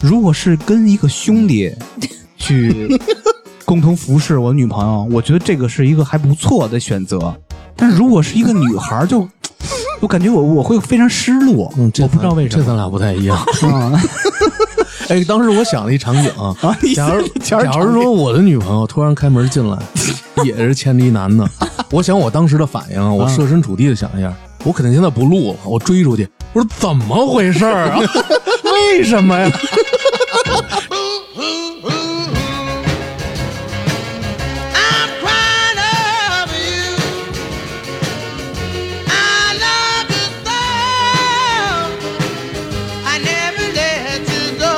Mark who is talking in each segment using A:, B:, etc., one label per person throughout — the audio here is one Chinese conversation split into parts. A: 如果是跟一个兄弟 去共同服侍我女朋友，我觉得这个是一个还不错的选择。但如果是一个女孩儿，就我感觉我我会非常失落，
B: 嗯，这
A: 我不知道
B: 咱
A: 为什
B: 这
A: 么。
B: 咱俩不太一样。
A: 啊
B: 哎，当时我想了一场景啊，
A: 啊！你
B: 假如
A: 假
B: 假
A: 如
B: 如
A: 说
B: 说我的女朋友突然开门进来，也是牵着一男的，我想我当时的反应啊，我设身处地的想一下，我肯定现在不录了，我追出去，我说怎么回事儿啊？ 为什么呀？
C: I'm crying over you. I love you so. I never let you go.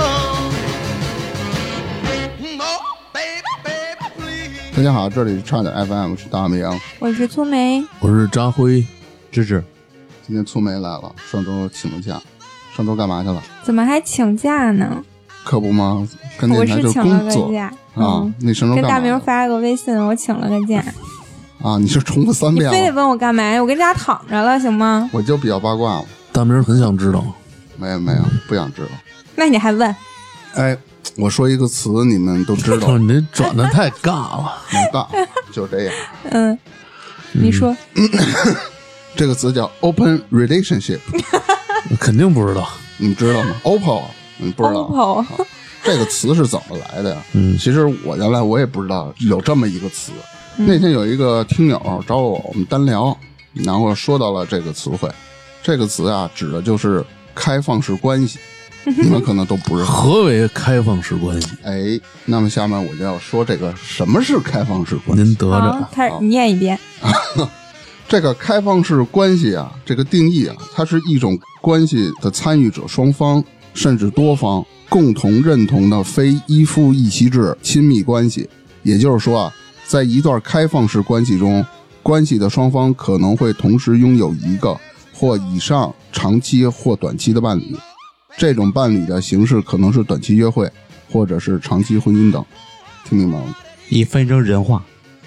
C: Oh, baby, baby, please.
D: 大家好，这里是差点 FM，我是大明。
E: 我是粗梅，
B: 我是张辉，芝芝，
D: 今天粗梅来了，上周请了假，上周干嘛去了？
E: 怎么还请假呢？
D: 可不吗？跟
E: 我
D: 电台
E: 是
D: 就是
E: 请了
D: 工
E: 个
D: 作
E: 假，
D: 啊
E: 嗯。，
D: 你上周
E: 跟
D: 干嘛
E: 大明
D: 了？
E: 发了个微信，我请了个 假。
D: 啊，你是重复三
E: 你
D: 遍
E: 非得
D: 了，
E: 问我干嘛呀？我跟家躺着了，行吗？
D: 我就比较八卦了。
B: 大明很想知道，
D: 没有没有，不想知道。
E: 那你还问？
D: 哎，我说一个词，你们都知道，
B: 你这转的太尬了，
D: 能干，就这样。
E: 嗯，你说
D: 这个词叫 open relationship，
B: 肯定不知道。
D: 你们知道吗？OPPO，你不知道
E: OPPO
D: 啊这个词是怎么来的呀？
B: 嗯
D: 其实我原来我也不知道有这么一个词。那天有一个听友找我，我们单聊，然后说到了这个词汇。这个词啊，指的就是开放式关系。你们可能都不知道。
B: 何为开放式关系？
D: 哎，那么下面我就要说这个什么是开放式关系。
B: 您得着
A: 啊
E: 好，开始你念一遍。
D: 这个开放式关系啊，这个定义啊，它是一种关系的参与者双方甚至多方共同认同的非依附一席制亲密关系。也就是说啊，在一段开放式关系中，关系的双方可能会同时拥有一个或以上长期或短期的伴侣。这种伴侣的形式可能是短期约会，或者是长期婚姻等。听明白了吗？
A: 你翻译成人话，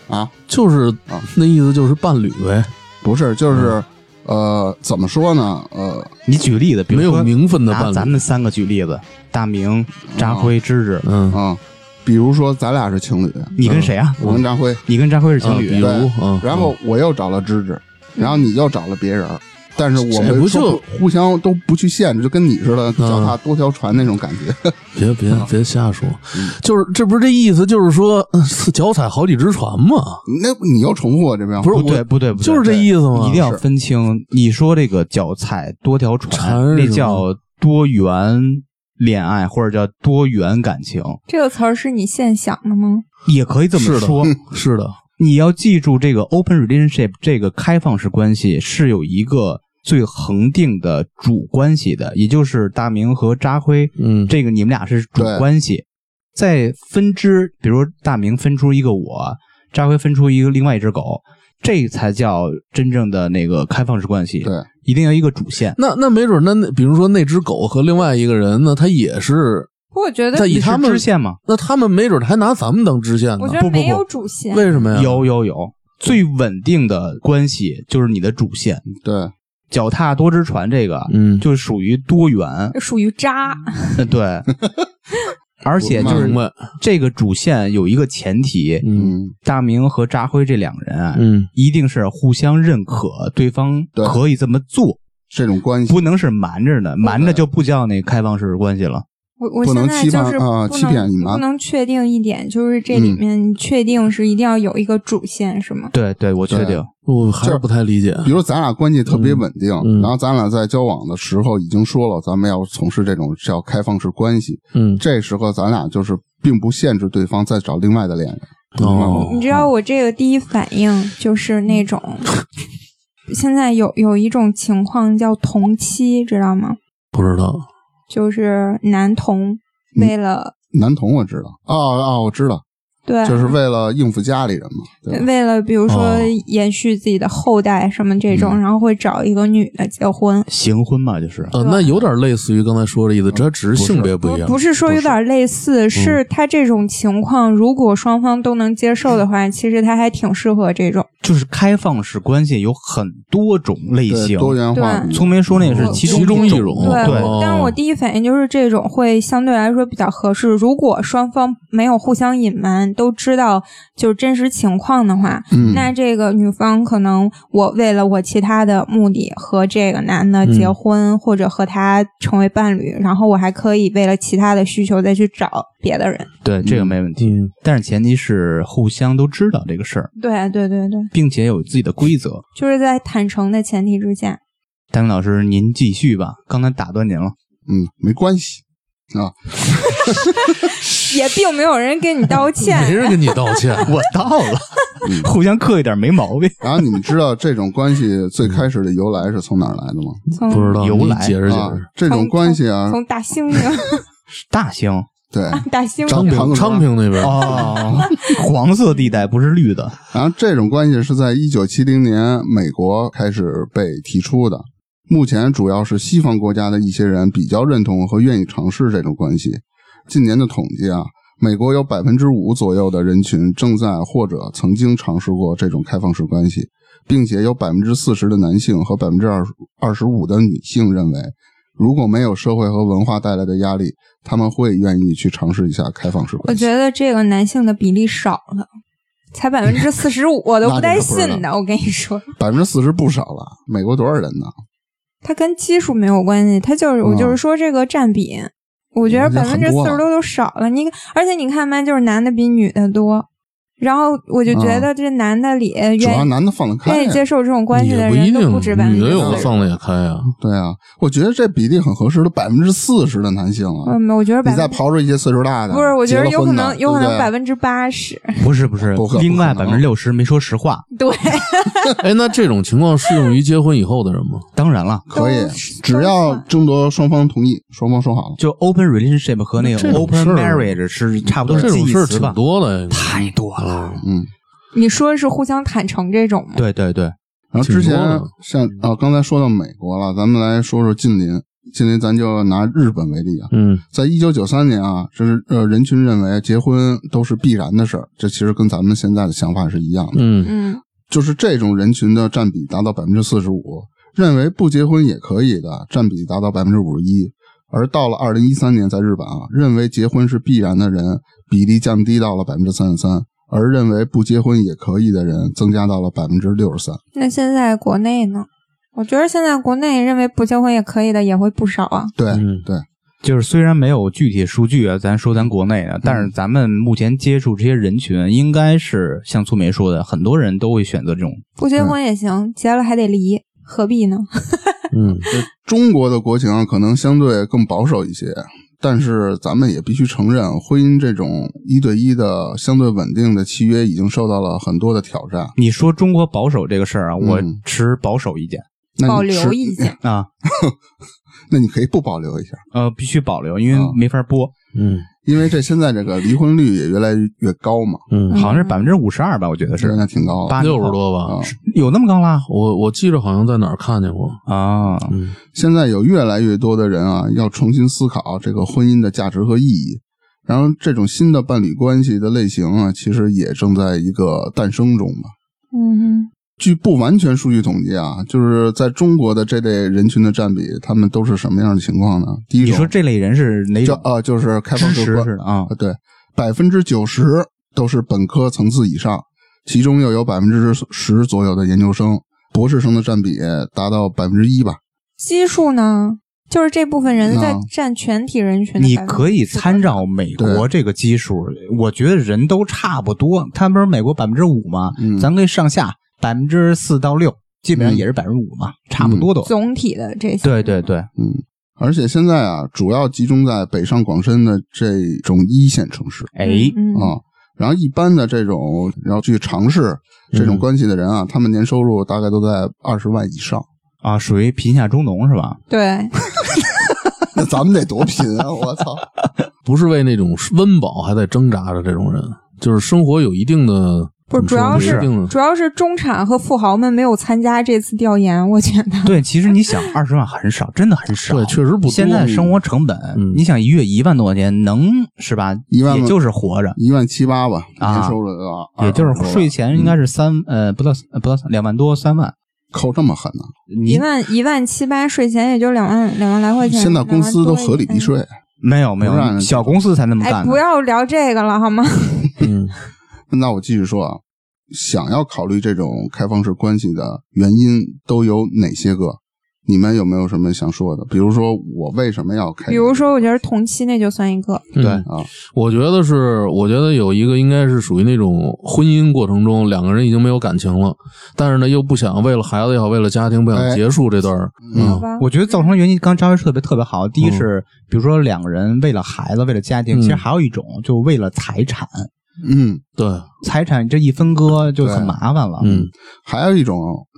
D: 啊，
B: 就是
D: 啊
B: 那意思就是伴侣呗，
D: 不是，就是，呃，怎么说呢？呃，
A: 你举例子，比如
B: 没
A: 说
B: 有名分的
A: 拿咱
B: 伴侣。
A: 们三个举例子，大明、扎辉、芝芝，
B: 嗯，
D: 啊，比如说咱俩是情侣，
A: 你跟谁啊？
D: 我跟张辉，
A: 你跟扎辉是情
B: 啊比
A: 侣
B: 如，
D: 对
B: 啊，
D: 然后我又找了芝芝，然后你又找了别人儿，但是我
B: 这
D: 们
B: 不
D: 说
B: 就嗯
D: 互相都不去限制，就跟你似的脚踏多条船那种感觉。
B: 别别
A: 啊
B: 别瞎说，
A: 嗯
B: 就是这不是这意思，就是说呃脚踩好几只船嘛，
D: 那你又重复我这边
B: 不是
A: 不
B: 我
A: 对，不对，不对
B: 就是这意思嘛。
A: 一定要
D: 是
A: 分清。你说这个脚踩多条船
B: 船，
A: 那
B: 是
A: 叫多元恋爱，或者叫多元感情，
E: 这个词儿是你现想的吗？
A: 也可以这么
B: 是的
A: 说。
B: 是 的，
A: 你要记住，这个 open relationship 这个开放式关系是有一个最恒定的主关系的，也就是大明和扎辉，
B: 嗯，
A: 这个你们俩是主
D: 对
A: 关系。再分支，比如说大明分出一个我，扎辉分出一个另外一只狗，这才叫真正的那个开放式关系。
D: 对，
A: 一定要一个主线。
B: 那那没准那那比如说那只狗和另外一个人呢，他也是，
E: 不我觉得
B: 他，以他
A: 是
B: 们
A: 支线吗？
B: 那他们没准还拿咱们当支线呢
E: 我觉，
A: 不
E: 得
A: 不
E: 没
A: 不
E: 有主线。
B: 为什么呀？
A: 有有有，最稳定的关系就是你的主线。
D: 对，
A: 脚踏多只船这个，
B: 嗯
A: 就属于多 元，
E: 属于渣，
A: 对。而且就
B: 明
A: 是
B: 白，
A: 这个主线有一个前提，
B: 嗯
D: 嗯，
A: 大明和扎辉这两人啊，
B: 嗯，
A: 一定是互相认可对方
D: 对
A: 可以这么做，
D: 这种关系
A: 不能是瞒着的，瞒着就不叫那开放式关系了。
E: 我我
D: 不能
E: 现在
D: 欺
E: 就
D: 瞒
E: 是
D: 啊
E: 不
D: 欺骗你
E: 能
D: 们
E: 不能确定一点，就是这里
D: 嗯
E: 面确定是一定要有一个主线，是吗？
A: 对对，我确定。
B: 我还是不太理解。
D: 比如咱俩关系特别稳定，
B: 嗯
D: 然后咱俩在交往的时候已经说了，咱们要从事这种叫开放式关系。
B: 嗯，
D: 这时候咱俩就是并不限制对方再找另外的恋人。
B: 哦，
E: 你知道我这个第一反应就是那种，现在有有一种情况叫同妻，知道吗？
B: 不知道，
E: 就是男同为了
D: 男童我知道，哦哦，我知道，
E: 对，
D: 就是为了应付家里人嘛，对吧？
E: 为了比如说
B: 哦
E: 延续自己的后代什么这种，然后会找一个女的结婚。
A: 行婚嘛，就是
B: 呃，那有点类似于刚才说的意思，
A: 啊
B: 这只是性别不一样，
E: 不是说有点类似，是他这种情况，如果双方都能接受的话，其实他还挺适合这种。
A: 就是开放式关系有很多种类
D: 对，
A: 型，
D: 多元化
E: 对，
A: 聪明说那也是
E: 嗯
A: 其
B: 哦其中
A: 一
B: 一种
E: 对，
A: 对，
B: 哦
E: 但是我第一反应就是这种会相对来说比较合适。如果双方没有互相隐瞒，都知道就是真实情况的话，
D: 嗯
E: 那这个女方可能我为了我其他的目的和这个男
D: 嗯
E: 的结婚，或者和他成为伴侣，然后我还可以为了其他的需求再去找别的人。
A: 对这个没问题。
B: 嗯，
A: 但是前提是互相都知道这个事儿，
E: 对对对对，
A: 并且有自己的规则。
E: 就是在坦诚的前提之下，
A: 丹明老师，您继续吧，刚才打断您了。
D: 嗯，没关系啊，
E: 也并没有人跟你 道
B: 没
E: 歉。
B: 人跟你道歉，
A: 我到了，嗯互相客一点没毛病。
D: 然后你们知道这种关系最开始的由来是从哪儿来的吗？
E: 从
B: 不知道
A: 由
B: 你
A: 来
B: 解释解
D: 啊
B: 释。，
D: 这种关系啊，
E: 从大 猩猩，
A: 大兴
D: 对，
E: 大猩
D: 张
E: 猩
B: 昌平，昌平那边，
A: 哦， 黄色地带不是绿的，
D: 然后这种关系是在一九七零年美国开始被提出的。目前主要是西方国家的一些人比较认同和愿意尝试这种关系。近年的统计啊，美国有百分之五左右的人群正在或者曾经尝试过这种开放式关系，并且有百分之四十的男性和百分之二二十五的女性认为，如果没有社会和文化带来的压力，他们会愿意去尝试一下开放式
E: 我
D: 关系。
E: 觉得这个男性的比例少了，才百分 之四十五，我都不带信的。我跟你说，
D: 百分之四十不少了，美国多少人呢？
E: 它跟基数没有关系，它就是我
D: 嗯
E: 就是说这个占比，我觉得百分之四十多都少了。你而且你看吧，就是男的比女的多，然后我就觉得这男的里愿
D: 嗯主要
E: 意
D: 男的放得开
E: 愿意
D: 呀、
E: 接受这种关系
B: 也
E: 的
B: 不一
E: 人都
B: 定
E: 不止百，分
B: 女的
E: 之
B: 有
E: 四
B: 的
E: 十。
B: 放的也开啊。
D: 对啊，我觉得这比例很合适，都百分之四十的男性了。
E: 嗯，我觉得百
D: 你再
E: 分之
D: 刨出一些岁数大的，
E: 不是，我觉得
D: 结
E: 有
D: 了
E: 可
D: 婚的
E: 能有可能百
D: 对
E: 分之八十，
A: 不是不是
D: 不可，
A: 另外
D: 不可
A: 百
D: 能
A: 分之六十没说实话。
E: 对，
B: 哎，那这种情况适用于结婚以后的人吗？
A: 当然了，
D: 不对可
E: 都
D: 以
E: 是，
D: 只要争夺双方同意，双方说好了。
A: 就 open relationship 和那
B: 这
A: 个
B: 种
A: open
B: 事儿
A: marriage 是差不多
B: 这
A: 是近
B: 种
A: 义
B: 事儿
A: 词
B: 挺
A: 吧？
B: 多的，
A: 太多了。
D: 嗯，
E: 你说是互相坦诚这种吗？
A: 对对对，
D: 然后之
B: 挺多
D: 前
B: 的
D: 像啊，刚才说到美国了，咱们来说说近邻。近邻，咱就拿日本为例啊，
B: 嗯，
D: 在一九九三年啊，这是呃，人群认为结婚都是必然的事儿，这其实跟咱们现在的想法是一样的。
B: 嗯
E: 嗯，
D: 就是这种人群的占比达到百分之四十五，认为不结婚也可以的占比达到百分之五十一，而到了二零一三年，在日本啊，认为结婚是必然的人比例降低到了百分之三十三，而认为不结婚也可以的人增加到了百分之六十三。
E: 那现在国内呢？我觉得现在国内认为不结婚也可以的也会不少啊。
D: 对、
B: 嗯
D: 对，
A: 就是虽然没有具体数据啊，咱说咱国内的，但
D: 嗯
A: 是咱们目前接触这些人群，应该是像粗梅说的，很多人都会选择这种。
E: 不结婚也行，结了还得离，何必呢？
B: 嗯，
D: 中国的国情啊可能相对更保守一些，但是咱们也必须承认，婚姻这种一对一的相对稳定的契约已经受到了很多的挑战。
A: 你说中国保守这个事儿啊，我
D: 嗯
A: 持保守意见
D: 那你
E: 保
D: 持
E: 留意见。
A: 啊，
D: 那你可以不保留一下。
A: 呃，必须保留，因为
D: 啊
A: 没法播，
B: 嗯
D: 因为这现在这个离婚率也越来越高嘛，
B: 嗯，
A: 好像是百分之五十二吧，我觉得是
D: 现在挺高的。
A: 八嗯
B: 六十多吧
D: 啊，
A: 有那么高啦
B: 我我记着好像在哪儿看见过。
A: 啊？
B: 嗯，
D: 现在有越来越多的人啊，要重新思考这个婚姻的价值和意义。然后，这种新的伴侣关系的类型啊，其实也正在一个诞生中吧。
E: 嗯
D: 据不完全数据统计啊，就是在中国的这类人群的占比，他们都是什么样的情况呢？第一
A: 你
D: 种，
A: 说这类人是哪
D: 这
A: 种
D: 啊、就是开
A: 支
D: 放式
A: 持
D: 关
A: 似的啊
D: 啊，？对，百分之九十都是本科层次以上，其中又有百分之十左右的研究生，博士生的占比达到百分之一吧。
E: 基数呢？就是这部分人
D: 那
E: 在占全体人群的
A: 你
E: 百分之
A: 可以参照美国这个基数，我觉得人都差不多。他不是美国百分之五吗？
D: 嗯
A: 咱可以上下百分之四到六，基本上也是百分之五嘛，差不多都。
E: 总体的这些。
A: 对对对，
D: 嗯而且现在啊，主要集中在北上广深的这种一线城市
A: 哎，
E: 嗯，嗯
D: 啊。然后一般的这种要去尝试这
A: 嗯
D: 种关系的人啊，他们年收入大概都在二十万以上。
A: 啊，属于贫下中农是吧？
E: 对，
D: 那咱们得多贫啊！我操，
B: 不是为那种温饱还在挣扎着这种人，就是生活有一定的，
E: 不是主
B: 怎么说
E: 要
B: 呢
E: 是
B: 一定的
E: 主要是中产和富豪们没有参加这次调研，我觉得
A: 对，其实你想，二十万很少，真的很少。
B: 对，确实不多。
A: 现在生活成本，
B: 嗯
A: 你想一月一万多块钱，能是吧？
D: 一万
A: 也就是活着，
D: 一万七八吧，
A: 啊
D: 年收入的话
A: 也就是
D: 20多万
A: 税前应该是三、呃不到呃不到三两万多三万。
D: 扣这么狠呢、
A: 你
E: 一万一万七八税前也就两万两万来块钱，
D: 现在公司
E: 两
D: 都
E: 万多一
D: 合理避税，
A: 没有没
D: 不让
A: 有，小公司才那么
E: 哎，
A: 干呢。
E: 不要聊这个了好吗？
B: 嗯，
D: 那我继续说啊，想要考虑这种开放式关系的原因都有哪些个？你们有没有什么想说的？比如说我为什么要开？
E: 比如说，我觉得同期那就算一个，
B: 对
D: 对啊，
B: 我觉得是，我觉得有一个应该是属于那种婚姻过程中两个人已经没有感情了，但是呢又不想为了孩子也好，为了家庭不
D: 哎
B: 想结束这段儿。
E: 好
B: 嗯，
E: 吧？
A: 我觉得造成原因，刚张辉说的特别特别好。第一是，比如说两个人为了孩子，为了家庭，
B: 嗯
A: 其实还有一种就为了财产，
D: 嗯，
B: 对，
A: 财产这一分割就很麻烦了。
B: 嗯，
D: 还有一种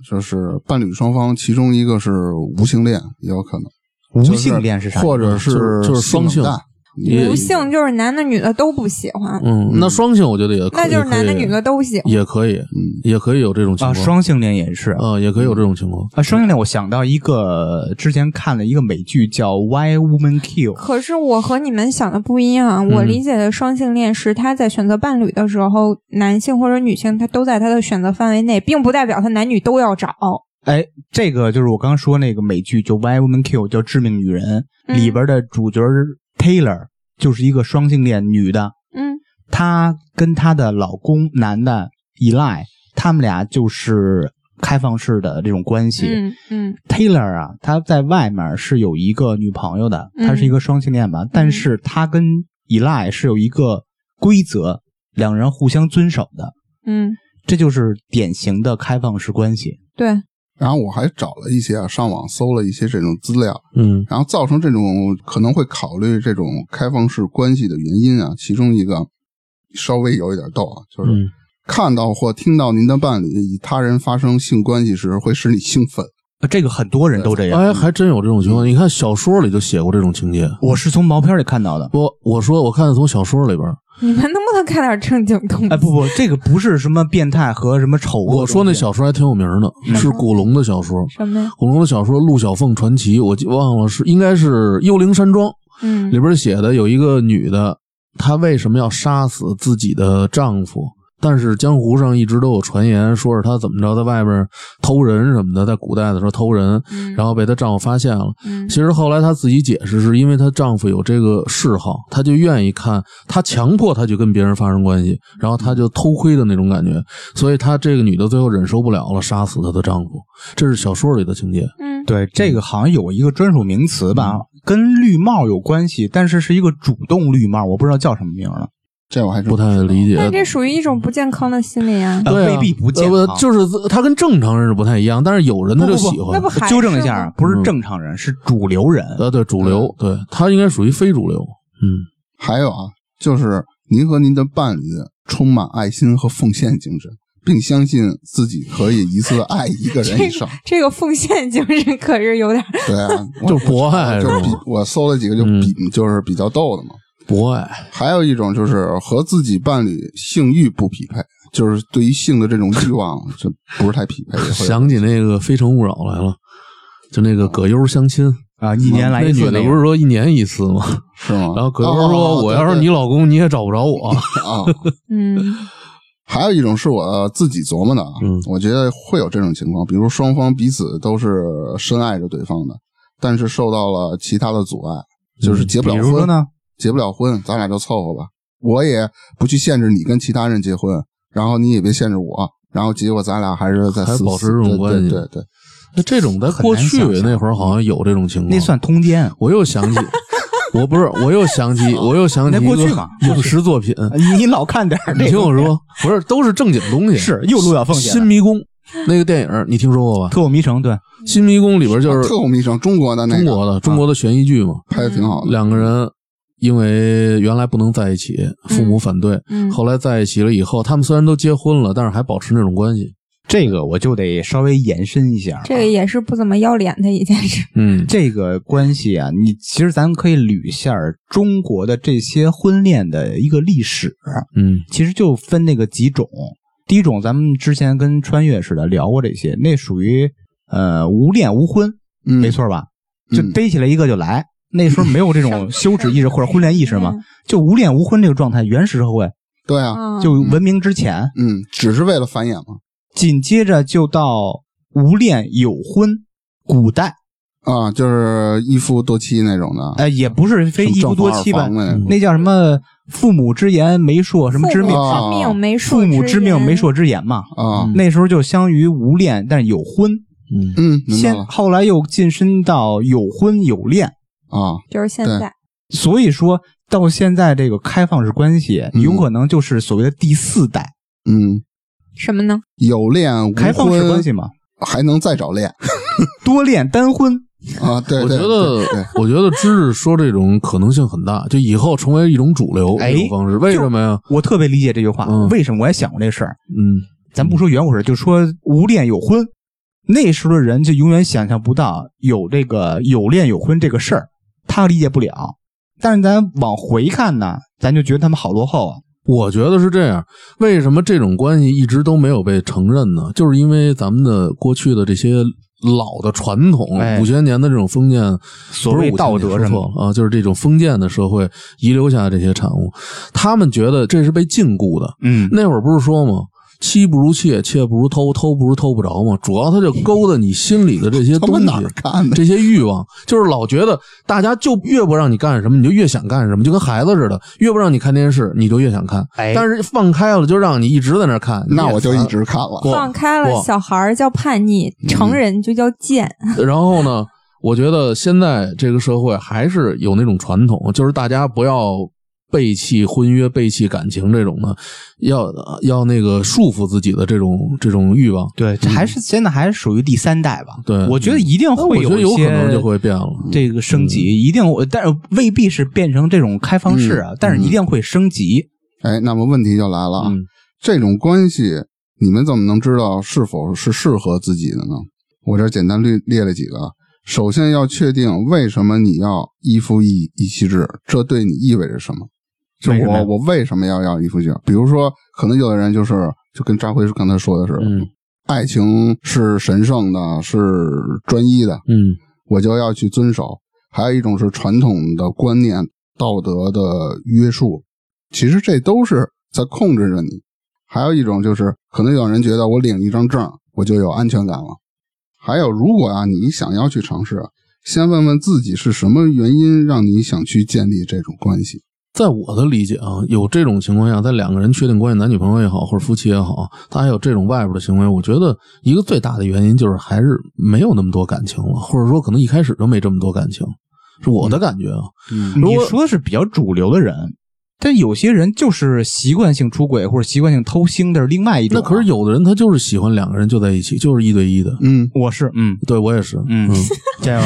D: 就是伴侣双方其中一个是无性恋，也有可能
A: 无
D: 就是
A: 性恋是啥？
D: 或者
B: 就是就是
D: 性冷
B: 双性
D: 淡
B: 也
E: 无性就是男的女的都不喜欢，
B: 嗯，那双性我觉得也可
E: 那
B: 以
E: 就是男的女的都喜欢。
B: 也可以，
D: 嗯
B: 也可以有这种情
A: 啊，
B: 况，
A: 双性恋也是
B: 啊也可以有这种情况。
A: 啊，双性恋我想到一个之前看了一个美剧叫《Why Woman Kill》，
E: 可是我和你们想的不一样，
B: 嗯
E: 我理解的双性恋是他在选择伴侣的时候，男性或者女性他都在他的选择范围内，并不代表他男女都要找。
A: 哎，这个就是我刚刚说那个美剧，就《Why Woman Kill》叫《致命女人》
E: 嗯
A: 里边的主角 Taylor 就是一个双性恋女的，
E: 嗯，
A: 她跟她的老公男的 Eli，他们俩就是开放式的这种关系。
E: 嗯嗯
A: Taylor 啊，他在外面是有一个女朋友的，
E: 嗯
A: 他是一个双性恋吧，但是他跟 Eli 是有一个规则，两人互相遵守的，
E: 嗯，
A: 这就是典型的开放式关系。
E: 对，
D: 然后我还找了一些啊，上网搜了一些这种资料，
B: 嗯
D: 然后造成这种可能会考虑这种开放式关系的原因啊，其中一个稍微有一点逗啊，就是
B: 嗯，
D: 看到或听到您的伴侣与他人发生性关系时，会使你兴奋。
A: 呃这个很多人都这样，
B: 哎，还真有这种情况。你看小说里就写过这种情节。
A: 我是从毛片里看到的。
B: 我我说我看从小说里边儿，
E: 你们能不能干点正经东西？
A: 哎，不不，这个不是什么变态和什么丑恶。
B: 我说那小说还挺有名儿的，是古龙的小说。
E: 什么呀？
B: 古龙的小说《陆小凤传奇》，我记忘了是应该是《幽灵山庄》
E: 嗯
B: 里边写的，有一个女的，她为什么要杀死自己的丈夫？但是江湖上一直都有传言，说是她怎么着在外边偷人什么的，在古代的时候偷人，
E: 嗯
B: 然后被她丈夫发现了。
E: 嗯
B: 其实后来她自己解释，是因为她丈夫有这个嗜好，她就愿意看，她强迫她去跟别人发生关系，然后她就偷窥的那种感觉，所以她这个女的最后忍受不了了，杀死她的丈夫。这是小说里的情节。
E: 嗯
A: 对这个好像有一个专属名词吧，跟绿帽有关系，但是是一个主动绿帽，我不知道叫什么名了。
D: 这我还真
B: 不太理解。
E: 那这属于一种不健康的心理啊。
A: 呃
B: 对啊
A: 未必不健
B: 呃
A: 康
B: 就是他跟正常人是不太一样，但是有人他就喜
E: 那
B: 欢
E: 不。还
A: 纠正一
E: 是
A: 下啊
E: 吗，
A: 不是正常人，是主流人。
B: 呃，对，主流，对他应该属于非主流。嗯，
D: 还有啊，就是您和您的伴侣充满爱心和奉献精神，并相信自己可以一次爱一个人 以上。
E: 这个奉献精神可是有点儿，
D: 对啊，我
B: 就是博爱
D: 就是比
B: 吗
D: 我搜了几个就比、
B: 嗯
D: 就是比较逗的嘛。
B: 博爱，
D: 还有一种就是和自己伴侣性欲不匹配，就是对于性的这种欲望就不是太匹配。也会有
B: 想起那个《非诚勿扰》来了，就那个葛优相亲，
A: 啊，一年来
B: 那
A: 一
B: 女
A: 次
B: 的
A: 那嗯
B: 不
A: 个。
B: 是说一年一次吗？
D: 是吗？
B: 然后葛优
D: 哦
B: 说：“我要是你老公，你也找不 着我。
D: 对对啊，
E: 嗯
D: 还有一种是我自己琢磨的啊，
B: 嗯
D: 我觉得会有这种情况，比如双方彼此都是深爱着对方的，但是受到了其他的阻碍，
B: 嗯
D: 就是结不
A: 比
D: 了
A: 如
D: 婚
A: 说呢，
D: 结不了婚，咱俩就凑合吧。我也不去限制你跟其他人结婚，然后你也别限制我，然后结果咱俩还是在
B: 还
D: 死
B: 保持这种关系
D: 对对对”
B: 那这种在
A: 很
B: 过去
A: 难想象
B: 那会儿好像有这种情况，
A: 那算通奸。
B: 我又想起，我不是，我又想起，我又想起
A: 哦那过去
B: 一个
A: 嘛
B: 影视作品。
A: 你老看 点儿
B: 你
A: 这
B: 听
A: 个
B: 我说，不是，都是正经东西。
A: 是又陆小凤写的
B: 新迷宫》那个电影，你听说过 吧？
A: 特务迷城，对，
B: 《新迷宫》里边就
D: 对，
B: 是
D: 特务迷生中国的啊那
B: 中
D: 个
B: 国的中国的悬疑剧嘛，
D: 拍的挺好的，
B: 两个人因为原来不能在一起，父母反对，
E: 嗯，
B: 后来在一起了以后，他们虽然都结婚了，但是还保持那种关系。
A: 这个我就得稍微延伸一下啊，
E: 这个也是不怎么要脸的一件事。
B: 嗯
A: 这个关系啊，你其实咱们可以捋一下中国的这些婚恋的一个历史，
B: 嗯
A: 其实就分那个几种。第一种，咱们之前跟穿越似的聊过这些，那属于呃无恋无婚，
D: 嗯，
A: 没，错吧？就
D: 嗯
A: 逮起来一个就来。那时候没有这
E: 什
A: 种
E: 么
A: 羞耻意识或者婚恋意识嘛，就无恋无婚这个状态，原始社会
D: 对啊，
E: 嗯？
A: 就文明之前，
D: 嗯，只是为了繁衍嘛，
A: 紧接着就到无恋有婚，古代
D: 啊，就是一夫多妻那种
B: 哎
D: 的，
A: 呃也不是非
D: 啊什么
A: 一夫
D: 正
A: 多
D: 房二
A: 妻吧
D: 房，的那种
A: 那叫什么父母之言媒妁什么之
E: 父
A: 命，
E: 母
D: 啊
E: 之命媒妁
A: 父母之命
E: 言
A: 媒妁之言嘛。
D: 啊，
A: 那时候就相于无恋，但是有婚，
B: 嗯
D: 嗯，明白
A: 先
D: 了
A: 后来又晋升到有婚有恋，
D: 啊，
E: 就是现
D: 对
E: 在
A: 所以说到现在这个开放式关系，
D: 嗯
A: 有可能就是所谓的第四代
D: 嗯，
E: 什么呢？
D: 有恋无
A: 开放式关
D: 婚
A: 系嘛，
D: 还能再找恋
A: 多恋单婚，
D: 啊，对，
B: 我觉
D: 对
B: 得
D: 对对，
B: 我觉得知识说这种可能性很大，就以后成为一种主流
A: 哎
B: 一种方式。为什么呀？
A: 我特别理解这句话。
B: 嗯
A: 为什么我也想过这事儿？
B: 嗯
A: 咱不说远古时，就说无恋有婚，那时候的人就永远想象不到有这个有恋有婚这个事儿，他理解不了。但是咱往回看呢，咱就觉得他们好落后啊。
B: 我觉得是这样。为什么这种关系一直都没有被承认呢？就是因为咱们的过去的这些老的传统，
A: 哎
B: 五千年的这种封建，
A: 所
B: 不是
A: 谓
B: 5000
A: 道
B: 年
A: 德
B: 说
A: 什
B: 错
A: 么，
B: 了啊，就是这种封建的社会遗留下的这些产物，他们觉得这是被禁锢的。
A: 嗯，
B: 那会儿不是说吗？妻不如妾，妾不如偷，偷不如偷不着吗？主要他就勾搭你心里的这些
D: 他
B: 东
D: 们
B: 西，
D: 哪儿看的？
B: 这些欲望，就是老觉得大家就越不让你干什么，你就越想干什么，就跟孩子似的，越不让你看电视，你就越想看。
A: 哎
B: 但是放开了，就让你一直在那儿看，
D: 那
B: 你也
D: 我就一
B: 烦
D: 直看了，
E: 放开了，
B: 哇
E: 小孩儿叫叛逆，
D: 嗯
E: 成人就叫贱。
B: 然后呢，我觉得现在这个社会还是有那种传统，就是大家不要背弃婚约、背弃感情这种的，要要那个束缚自己的这种这种欲望。
A: 对，这还是现在还是属于第三代吧。
B: 嗯对嗯
A: 我觉得一定
B: 我
A: 会
B: 觉得
A: 一
B: 有可
A: 些
B: 能就会变了。嗯
A: 这个升级，一定，但是未必是变成这种开放式啊，但是一定会升级。
D: 哎，那么问题就来了啊，
B: 嗯
D: 这种关系你们怎么能知道是否是适合自己的呢？我这儿简单列列了几个啊，首先要确定为什么你要一夫一一妻制，这对你意味着什么？就
A: 为什么
D: 我
A: 呀
D: 我为什么要要一夫一妻制？比如说，可能有的人就是就跟张辉刚才说的是，
B: 嗯
D: 爱情是神圣的，是专一的，
B: 嗯
D: 我就要去遵守。还有一种是传统的观念、道德的约束，其实这都是在控制着你。还有一种就是，可能有人觉得我领一张证，我就有安全感了。还有，如果啊你想要去尝试，先问问自己是什么原因让你想去建立这种关系。
B: 在我的理解啊，有这种情况下，在两个人确定关系，男女朋友也好，或者夫妻也好，啊他还有这种外边的行为，我觉得一个最大的原因就是还是没有那么多感情了，或者说可能一开始就没这么多感情，是我的感觉啊。
D: 嗯
B: 如
A: 你
B: 果
A: 说的是比较主流的人，但有些人就是习惯性出轨或者习惯性偷腥，这是另外一种
B: 那
A: 啊。
B: 可是有的人他就是喜欢两个人就在一起，就是一对一的。
D: 嗯，
A: 我是嗯
B: 对我也是，
A: 嗯， 加油，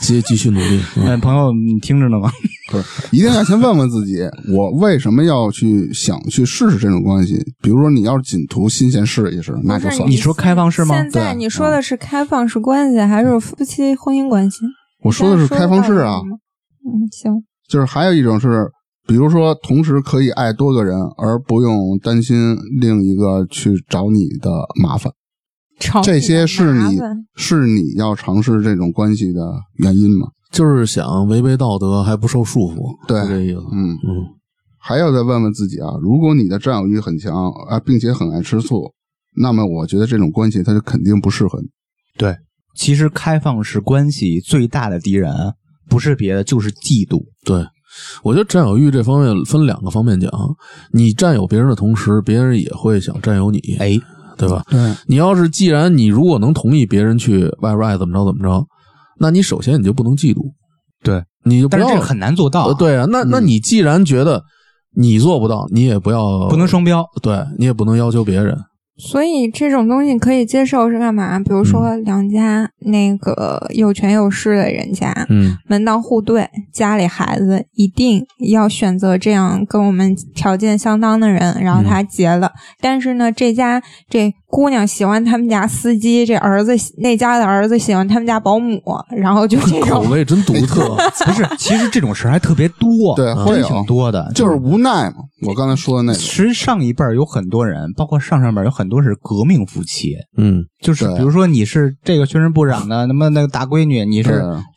B: 继继续努力。嗯
A: 嗯，朋友，你听着呢吗？
D: 一定要先问问自己，我为什么要去想去试试这种关系？比如说，你要是仅图新鲜试一试，那就
E: 不是
D: 算
A: 你
D: 了。
A: 说开放式吗
E: 现在
D: 对啊
E: 你说的是开放式关系，还是夫妻婚姻关系？
D: 我说的是开放式啊，
E: 嗯，行，
D: 就是还有一种是，比如说同时可以爱多个人，而不用担心另一个去找你的麻烦。
E: 吵
D: 这些是
E: 哦麻
D: 你
E: 烦
D: 是你要尝试这种关系的原因吗？
B: 就是想违背道德还不受束缚，
D: 对
B: 是这意思。
D: 嗯，
B: 嗯
D: 还要再问问自己啊，如果你的占有欲很强啊，并且很爱吃醋，那么我觉得这种关系它就肯定不适合你。
A: 其实开放式关系最大的敌人啊不是别的，就是嫉妒。
B: 对，我觉得占有欲这方面分两个方面讲，你占有别人的同时，别人也会想占有你，
A: 哎，
B: 对吧？
D: 对，
B: 你要是既然你如果能同意别人去外边爱怎么着怎么着，那你首先你就不能嫉妒，
A: 对，
B: 你就不
A: 但
B: 要
A: 是这个很难做到啊、
B: 呃对啊，那那你既然觉得你做不到，你也不要
A: 不能，双标。
B: 对你也不能要求别人，
E: 所以这种东西可以接受是干嘛？比如说
D: 嗯
E: 两家那个有权有势的人家，
B: 嗯
E: 门当户对，家里孩子一定要选择这样跟我们条件相当的人，然后他结了。但是呢，这家这姑娘喜欢他们家司机，这儿子喜那家的儿子喜欢他们家保姆，然后就这
B: 口
E: 种。
D: 嗯
B: 味真独 特。
A: 不是，其实这种事儿还特别多，
D: 对
A: 真
D: 会有
A: 挺多的，嗯
D: 就是无奈嘛。我刚才说的那个，
A: 其实上一辈儿有很多人，包括上上辈儿有很多是革命夫妻，
B: 嗯，
A: 就是
D: 对
A: 比如说你是这个宣传部长的，那么那个大闺女，你是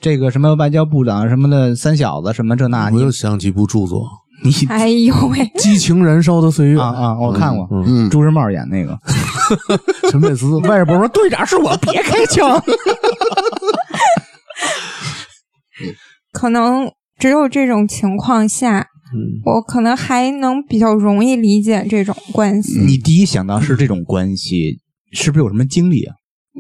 D: 对
A: 这个什么外交部长什么的三小子什么这那，
B: 我
A: 啊你
B: 又想起一部著作
A: 你
E: 哎呦喂，
B: 《激情燃烧的岁月
A: 啊》啊，我看过，
B: 嗯
D: 嗯，
A: 朱时茂演那个，
B: 陈佩 斯
A: 外边说队长是我，别开枪。
E: 可能只有这种情况下，
B: 嗯
E: 我可能还能比较容易理解这种关 系。
D: 嗯
A: 你第一想到是这种关系，是不是有什么经历啊？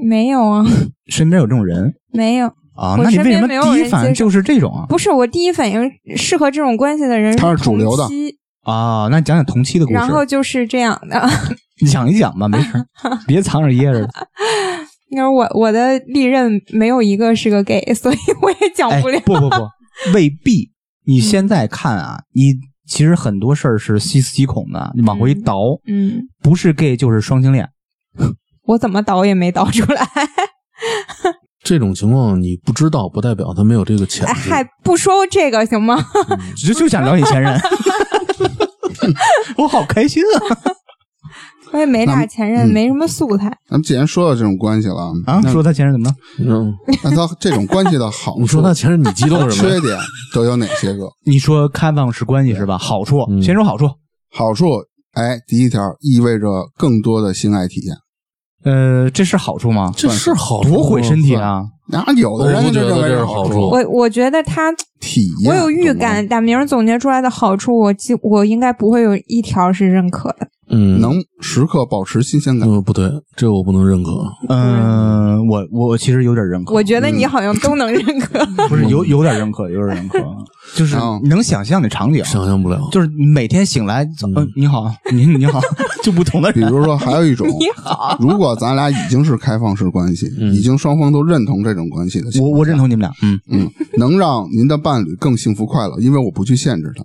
E: 没有啊，身
A: 身边有这种人
E: 没有，
A: 啊？
E: 我
A: 那你为什
E: 身边
A: 么
E: 没有
A: 第一
E: 人
A: 反应
E: 接触
A: 就是这种啊？
E: 不是我第一反应，适合这种关系的人
D: 他是主流的
E: 同期
A: 啊，那你讲讲同期的故
E: 然后
A: 事，
E: 就是这样的。
A: 你讲一 讲吧，没事儿，别藏着掖着。
E: 因为我我的历任没有一个是个 gay，所以我也讲
A: 哎
E: 不了，。
A: 不不 不，未必。
E: 嗯
A: 你现在看啊，你其实很多事儿是细思极恐的，你往回倒，
E: 嗯，
A: 不是 gay 就是双性 恋。
E: 我怎么导也没导出来，
B: 这种情况，你不知道不代表他没有这个潜
E: 哎
B: 质。
E: 嗨，不说这个行吗？
A: 就就想聊你前 任， 我好开心啊！
E: 我也没啥前任，
D: 嗯
E: 没什么素材。
D: 咱们既然说到这种关系了，
A: 啊，说他前任怎么了？
B: 嗯，
D: 那他这种关系的好处，
B: 你说那前任你激动
D: 和
B: 什么呀？
D: 缺点都有哪些个？
A: 你说开放式关系是吧？好处，
B: 嗯
A: 先说好处。
D: 好处，哎，第一条意味着更多的性爱体验。
A: 呃，这是好处吗？
B: 这是好处吗
A: 多毁身体啊！
D: 然后有的
B: 我
D: 人
B: 不觉
D: 就
B: 得
D: 认为
B: 这是
D: 好
B: 好处
E: 我我觉得他，
D: 体验，
E: 我有预
D: 懂吗
E: 感，大明儿总结出来的好处，我记我应该不会有一条是认可的。
B: 嗯，
D: 能时刻保持新鲜感。
B: 嗯，不对，这我不能认可。
A: 嗯、我我其实有点认可，
E: 我觉得你好像都能认可，
A: 不是有有点认可，有点认可，就是
D: 嗯
A: 能想象的场景，
B: 想象不了，
A: 就是你每天醒来，嗯、
B: 嗯
A: 你好，你你好， 就不同的
D: 比
A: 人，
D: 如说，还有一 种，如果咱俩已经是开放式关系，
B: 嗯
D: 已经双方都认同这种关系的情
A: 我
D: 况下，
A: 我认同你们俩，嗯，
D: 嗯，能让您的伴侣更幸福快乐，因为我不去限制他。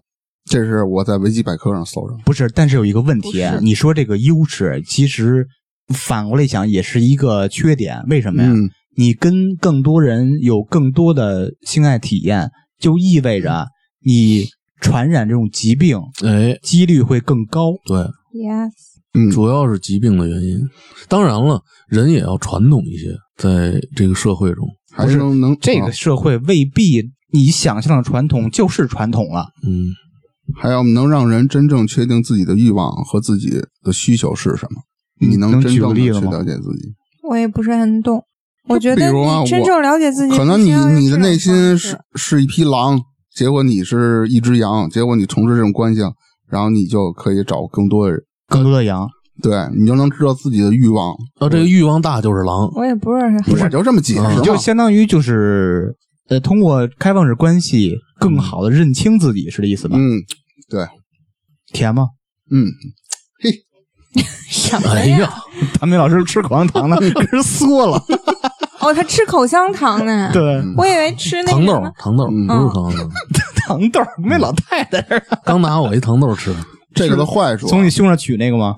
D: 这是我在维基百科上搜着的，
A: 不是，但是有一个问题
D: 不是，
A: 你说这个优势，其实反过来想也是一个缺点，为什么呀？
D: 嗯，
A: 你跟更多人有更多的性爱体验，就意味着你传染这种疾病
B: 哎，
A: 几率会更高。
B: 对，
E: yes，
D: 嗯
B: 主要是疾病的原因。当然了，人也要传统一些，在这个社会中，
D: 还是能能
A: 这
D: 啊
A: 个社会未必你想象的传统就是传统了。
B: 嗯，
D: 还有能让人真正确定自己的欲望和自己的需求是什么，
A: 嗯
D: 你
A: 能
D: 真
A: 举个
D: 正的
A: 例
D: 去
A: 子吗
D: 了解自己。
E: 我也不是很懂。我觉
D: 比
E: 得
D: 如啊
E: 你真
D: 我
E: 正了解自己，
D: 可能
E: 必须
D: 你
E: 要用
D: 你的
E: 这种
D: 内心
E: 方式
D: 是是一匹狼，结果你是一只羊，结果你从事这种关系，然后你就可以找更多的人，
A: 更多的羊，
D: 对你就能知道自己的欲望。
B: 啊，这个欲望大就是狼。
E: 我也不是 很
D: 不是就这么解释
A: 嗯你
D: 嘛？
A: 就相当于就是呃，通过开放式关系更好的认清自己，是这意思吧？
D: 嗯
A: 甜吗？
D: 嗯，
E: 什么
B: 哎
E: 呀？
B: 呀，
A: 唐明老师吃口香糖 呢，可是缩了。。，
E: 哦，他吃口香糖呢
A: 对，
E: 我以为吃那个
B: 糖
E: 什
B: 豆
E: 么，
B: 糖豆
D: 嗯
B: 不是口香糖，
A: 糖豆儿没老太太这儿
B: 刚拿我一糖豆吃。
D: 这个的坏处啊，
A: 从你胸上取那个吗？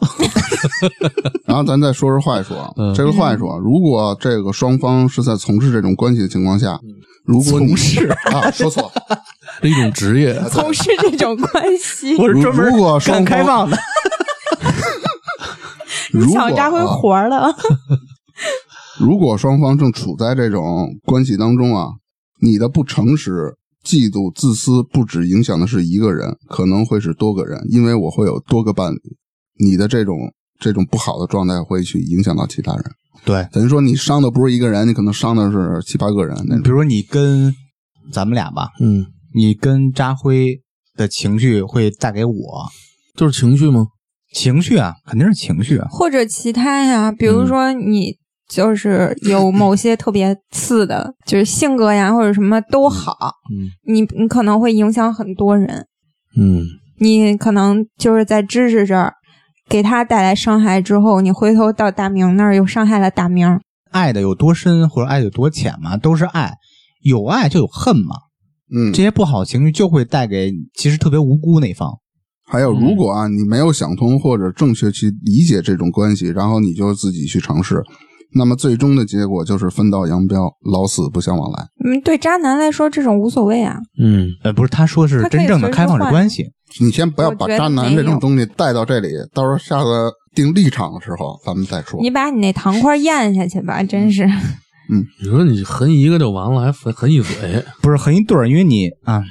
D: 然后咱再说说坏处啊
B: 嗯，
D: 这个坏处啊，如果这个双方是在从事这种关系的情况下，如果你
A: 从事，
D: 啊，说错 了，
B: 这一种职业，
E: 从事这种关系
A: 我是专门
D: 如果双
A: 干开
D: 方
A: 放的。
D: 如果
E: 想扎回
D: 啊
E: 活儿了。
D: 如果双方正处在这种关系当中啊，你的不诚实、嫉妒、自私，不只影响的是一个人，可能会是多个人，因为我会有多个伴侣。你的这种这种不好的状态会去影响到其他人，
A: 对，
D: 等于说你伤的不是一个人，你可能伤的是七八个人那
A: 比
D: 种。
A: 如说你跟咱们俩吧，
B: 嗯，
A: 你跟扎辉的情绪会带给我
B: 就是情绪吗？
A: 情绪啊，肯定是情绪啊。
E: 或者其他呀，比
D: 嗯
E: 如说你就是有某些特别次的，就是性格呀或者什么都好，
B: 嗯
E: 你你可能会影响很多人，
B: 嗯，
E: 你可能就是在知识这儿给他带来伤害之后，你回头到大明那儿又伤害了大明。
A: 爱的有多深或者爱的有多浅嘛，都是爱，有爱就有恨嘛。
D: 嗯
A: 这，些不好情绪就会带给其实特别无辜那方。
D: 还有，如果啊你没有想通或者正确去理解这种关系，然后你就自己去尝试，那么最终的结果就是分道扬镳，老死不相往来。
E: 嗯，对渣男来说这种无所谓啊。
B: 嗯，
A: 呃，不是，他说是
E: 他可以
A: 真正的
E: 随时
A: 开放式
E: 换
A: 关系，
D: 你先不要把
E: 我觉得
D: 渣男
E: 没
D: 这种
E: 有
D: 东西带到这里，到时候下次定立场的时候咱们再说。
E: 你把你那糖块咽下去吧，真是。
B: 你说你横一个就完了，还横横一嘴，
A: 不是横一对儿，因为你啊，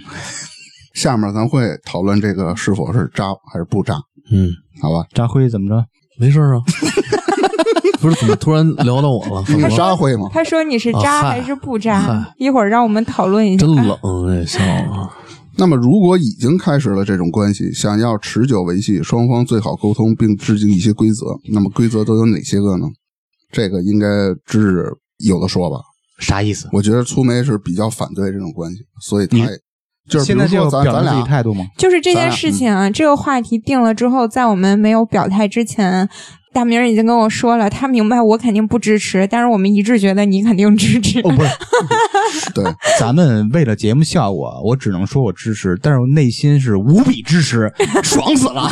D: 下面咱会讨论这个是否是渣还是不渣，
B: 嗯，
D: 好吧？
A: 扎辉怎么着？
B: 没事儿啊。 不是怎么突然聊到我了？
D: 你
B: 怎么
D: 是
B: 了
D: 渣会吗？
E: 他说你
D: 哦
E: 是
B: 啊
E: 渣
B: 嗨
E: 还是不渣？
B: 嗨
E: 一会儿让我们讨论一下。啊
B: 真冷啊这笑话。啊
D: 那么，如果已经开始了这种关系，想要持久维系，双方最好沟通并制定一些规则。那么，规则都有哪些个呢？这个应该知识有的说吧。
A: 啥意思？
D: 我觉得粗梅是比较反对这种关系，所以他
A: 你
D: 也就
A: 嗯
D: 是
A: 现
D: 比如
A: 在就要
D: 说咱
A: 表
D: 咱
A: 达自己
D: 俩
A: 态度 吗？
E: 就是这
D: 咱
E: 件
D: 俩
E: 事情啊，这个话题定了之后，在我们没有表态之前，大明儿已经跟我说了，他明白我肯定不支持，但是我们一致觉得你肯定支持。
A: 哦，不是，
D: 对
A: 咱们为了节目效果，我只能说我支持，但是我内心是无比支 持，爽死了。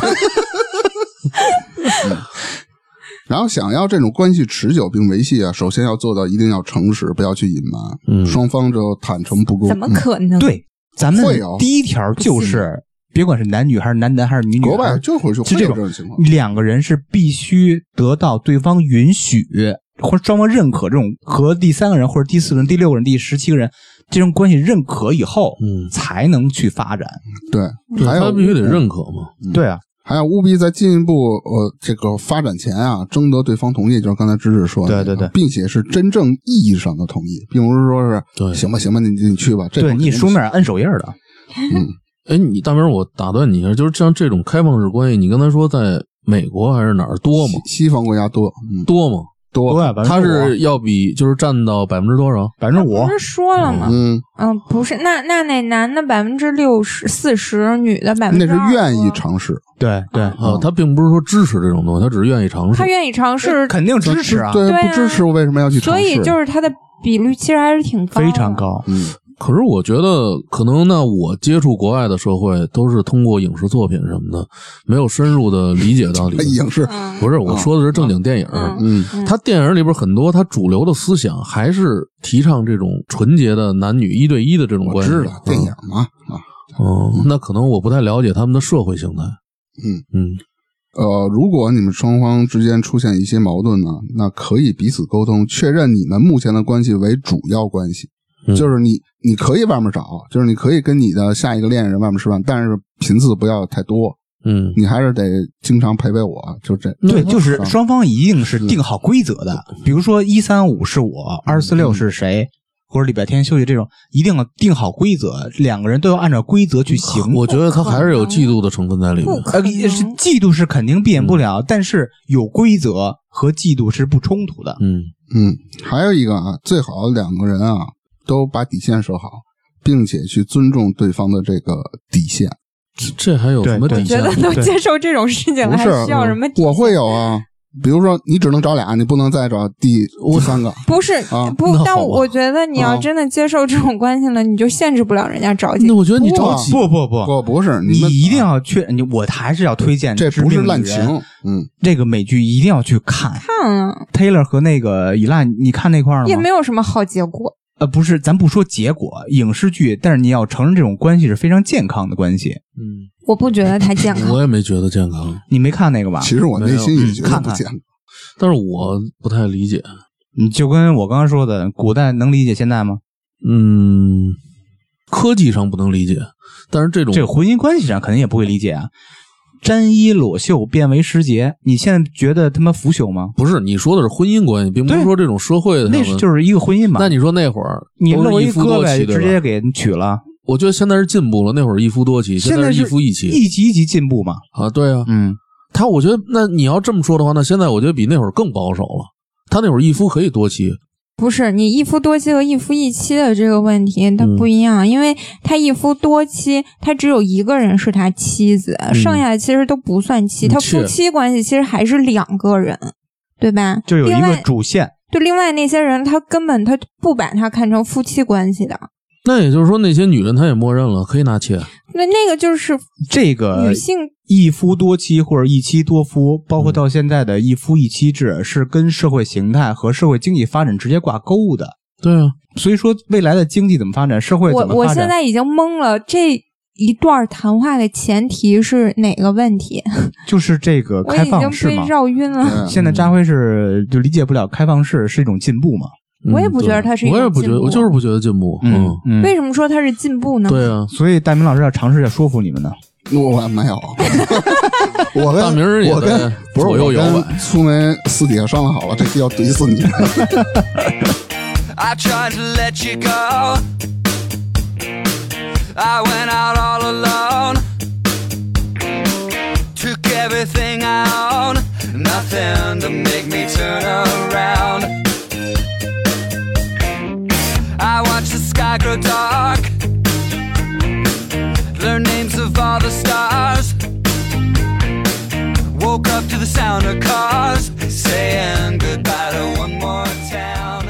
D: 然后想要这种关系持久并维系啊，首先要做到一定要诚实，不要去隐瞒，
B: 嗯
D: 双方就坦诚不公。
E: 怎么
D: 嗯
E: 可啊能？
A: 对，咱们
D: 会有
A: 第一条就是，别管是男女还是男男还是女女，
D: 嗯
A: 啊
D: 国外就会就会
A: 是
D: 有
A: 这
D: 这
A: 种
D: 种情况，
A: 两个人是必须得到对方允许或者双方认可这种和第三个人或者第四个人、第六个人、第十七个人这种关系认可以后，
B: 嗯
A: 才能去发展。
D: 对，
B: 对
D: 还有
B: 他必须得认可嘛。
A: 对啊，
D: 还有务必在进一步呃这个发展前啊，征得对方同意，就是刚才芝芝说的，
A: 对对对
D: 并且是真正意义上的同意，并不是说是
B: 对
D: 行吧行吧，你你去吧，这
A: 对你书
D: 说
A: 面摁手印儿的，
B: 哎，你大明儿，我打断你一下，就是像这种开放式关系，你刚才说在美国还是哪儿多吗？
D: 西西方国家多，嗯，
B: 多吗？
A: 对
D: 多，
A: 啊，百
B: 它
A: 分之五
B: 是要比就是占到百分之多少？啊
A: 百分之五
E: 啊不，是说了吗？
D: 嗯，
E: 嗯，不是，那那那男的百分之六十四十，女的百分
D: 那
E: 之
D: 是愿意尝试，嗯
A: 对对，
B: 啊，他并不是说支持这种东西，他只是愿意尝试
E: 他。愿意尝试，
A: 肯定支持啊，
D: 对，
E: 对啊
D: 不支持我为什么要去尝
E: 所
D: 试？
E: 以就是他的比率其实还是挺高，
A: 非常。高。
D: 嗯，
B: 可是我觉得，可能那我接触国外的社会都是通过影视作品什么的，没有深入的理解到里
D: 哎
B: 面。
D: 影视，
E: 嗯，
B: 不是，我说的是正经电影。
E: 嗯
D: 嗯，
B: 他电影里边很多，他主流的思想还是提倡这种纯洁的男女一对一的这种
D: 我
B: 关系。嗯
D: 知道电影嘛啊，
B: 哦、那可能我不太了解他们的社会形态。
D: 嗯
B: 嗯，
D: 呃，如果你们双方之间出现一些矛盾呢，那可以彼此沟通，确认你们目前的关系为主要关系，
B: 嗯
D: 就是你你可以外面找，就是你可以跟你的下一个恋人外面吃饭，但是频次不要太多，
B: 嗯，
D: 你还是得经常陪陪我，就这。
A: 对，就是
D: 啊
A: 双方一定是定好规则的，比如说一三五是我，二四六是谁，或者礼拜天休息这种，一定要定好规则，两个人都要按照规则去行。
B: 我觉得他还是有嫉妒的成分在里面
E: 不。可
A: 呃，
E: 能
A: 也是嫉妒是肯定避免不
D: 嗯
A: 了，但是有规则和嫉妒是不冲突的。
B: 嗯，
D: 嗯，还有一个啊，最好两个人啊都把底线设好，并且去尊重对方的这个底线。
B: 这这还有什么
A: 对
E: 我
B: 底
E: 觉
B: 线
E: 得？都接受这种事情
D: 不
E: 了，还
D: 是
E: 需要什么？
D: 我会有啊，比如说你只能找俩，你不能再找第第三个。
E: 不是
D: 啊
E: 不
B: 那好，
E: 但
B: 吧
E: 我觉得你
D: 啊
E: 要真的接受这种关系了，你就限制不了人家找
B: 那
E: 你。
B: 我觉得你
D: 不
B: 着
D: 啊
B: 急，
A: 不不不，
D: 不，不是
A: 你
D: 们啊
A: 一定要确，你我还是要推荐
D: 这
A: 致
D: 不
A: 命
D: 是
A: 女
D: 滥
A: 人
D: 情，嗯，
A: 这个美剧一定要去看。
E: 看啊，
A: Taylor 和那个伊拉，你看那块儿了吗？
E: 也没有什么好结果。
A: 呃，不是，咱不说结果，影视剧，但是你要承认这种关系是非常健康的关系。
B: 嗯，
E: 我不觉得他健康。
B: 我也没觉得健康，
A: 你没看那个吧？
D: 其实我内心也
A: 没有
D: 觉得
A: 嗯
D: 不
A: 看看
D: 健
B: 但是我不太理解。
A: 你就跟我刚刚说的，古代能理解现代吗？
B: 嗯，科技上不能理解，但是这种
A: 这个婚姻关系上肯定也不会理解啊。沾衣裸袖变为时节，你现在觉得他妈腐朽吗？
B: 不是你说的是婚姻关系，并不是
A: 对
B: 说这种社会的
A: 那是就是一个婚姻嘛。
B: 那你说那会儿
A: 你
B: 都
A: 露
B: 是
A: 一
B: 一夫
A: 胳
B: 多妻
A: 膊
B: 对
A: 直接
B: 吧？
A: 给人娶了，
B: 我觉得现在是进步了，那会儿一夫多妻，现
A: 在
B: 在
A: 是
B: 一夫一妻
A: 一级一级进步嘛。
B: 啊，对啊。
A: 嗯，
B: 他我觉得那你要这么说的话，那现在我觉得比那会儿更保守了。他那会儿一夫可以多妻，
E: 不是你一夫多妻和一夫一妻的这个问题，它
B: 嗯
E: 不一样，因为他一夫多妻，他只有一个人是他妻子，剩下的其实都不算妻，
B: 嗯
E: 他
B: 是
E: 夫妻关系其实还是两个人，对吧？
A: 就有一
E: 另
A: 个
E: 外
A: 主线。
E: 对另外那些人，他根本他不把他看成夫妻关系的，
B: 那也就是说，那些女人她也默认了，可以纳妾。
E: 那那个就是
A: 这个
E: 女性
A: 一夫多妻或者一妻多夫，包
B: 嗯
A: 括到现在的一夫一妻制，是跟社会形态和社会经济发展直接挂钩的。
B: 对啊，
A: 所以说，未来的经济怎么发展，社会
E: 我
A: 怎么
E: 我
A: 发
E: 现
A: 展，
E: 在已经懵了，这一段谈话的前提是哪个问题？
A: 就是这个
E: 我
A: 开
E: 已经
A: 放式
E: 被
A: 嘛。
E: 绕晕了。
A: 现在扎辉是就理解不了开放式是一种进步嘛？
B: 嗯
E: 我也不觉得它是一
B: 对我
E: 种
B: 也不觉
E: 进
B: 得，
E: 步
B: 我就是不觉得进步。嗯，
A: 嗯
E: 为什么说它是进步呢？
B: 对啊，
A: 所以大明老师要尝试着说服你们呢。
D: 我 没有，我跟
B: 大明儿也
D: 我跟
B: 得
D: 不是
B: 左右
D: 我
B: 摇
D: 跟苏梅私底下商量好了，这期要怼死你。
C: I tried to let you go. I went out all alone. Took everything I own, nothing to make me turn around. I watched the sky grow dark. Learned names of all the stars. Woke up to the sound of cars saying goodbye to one more town.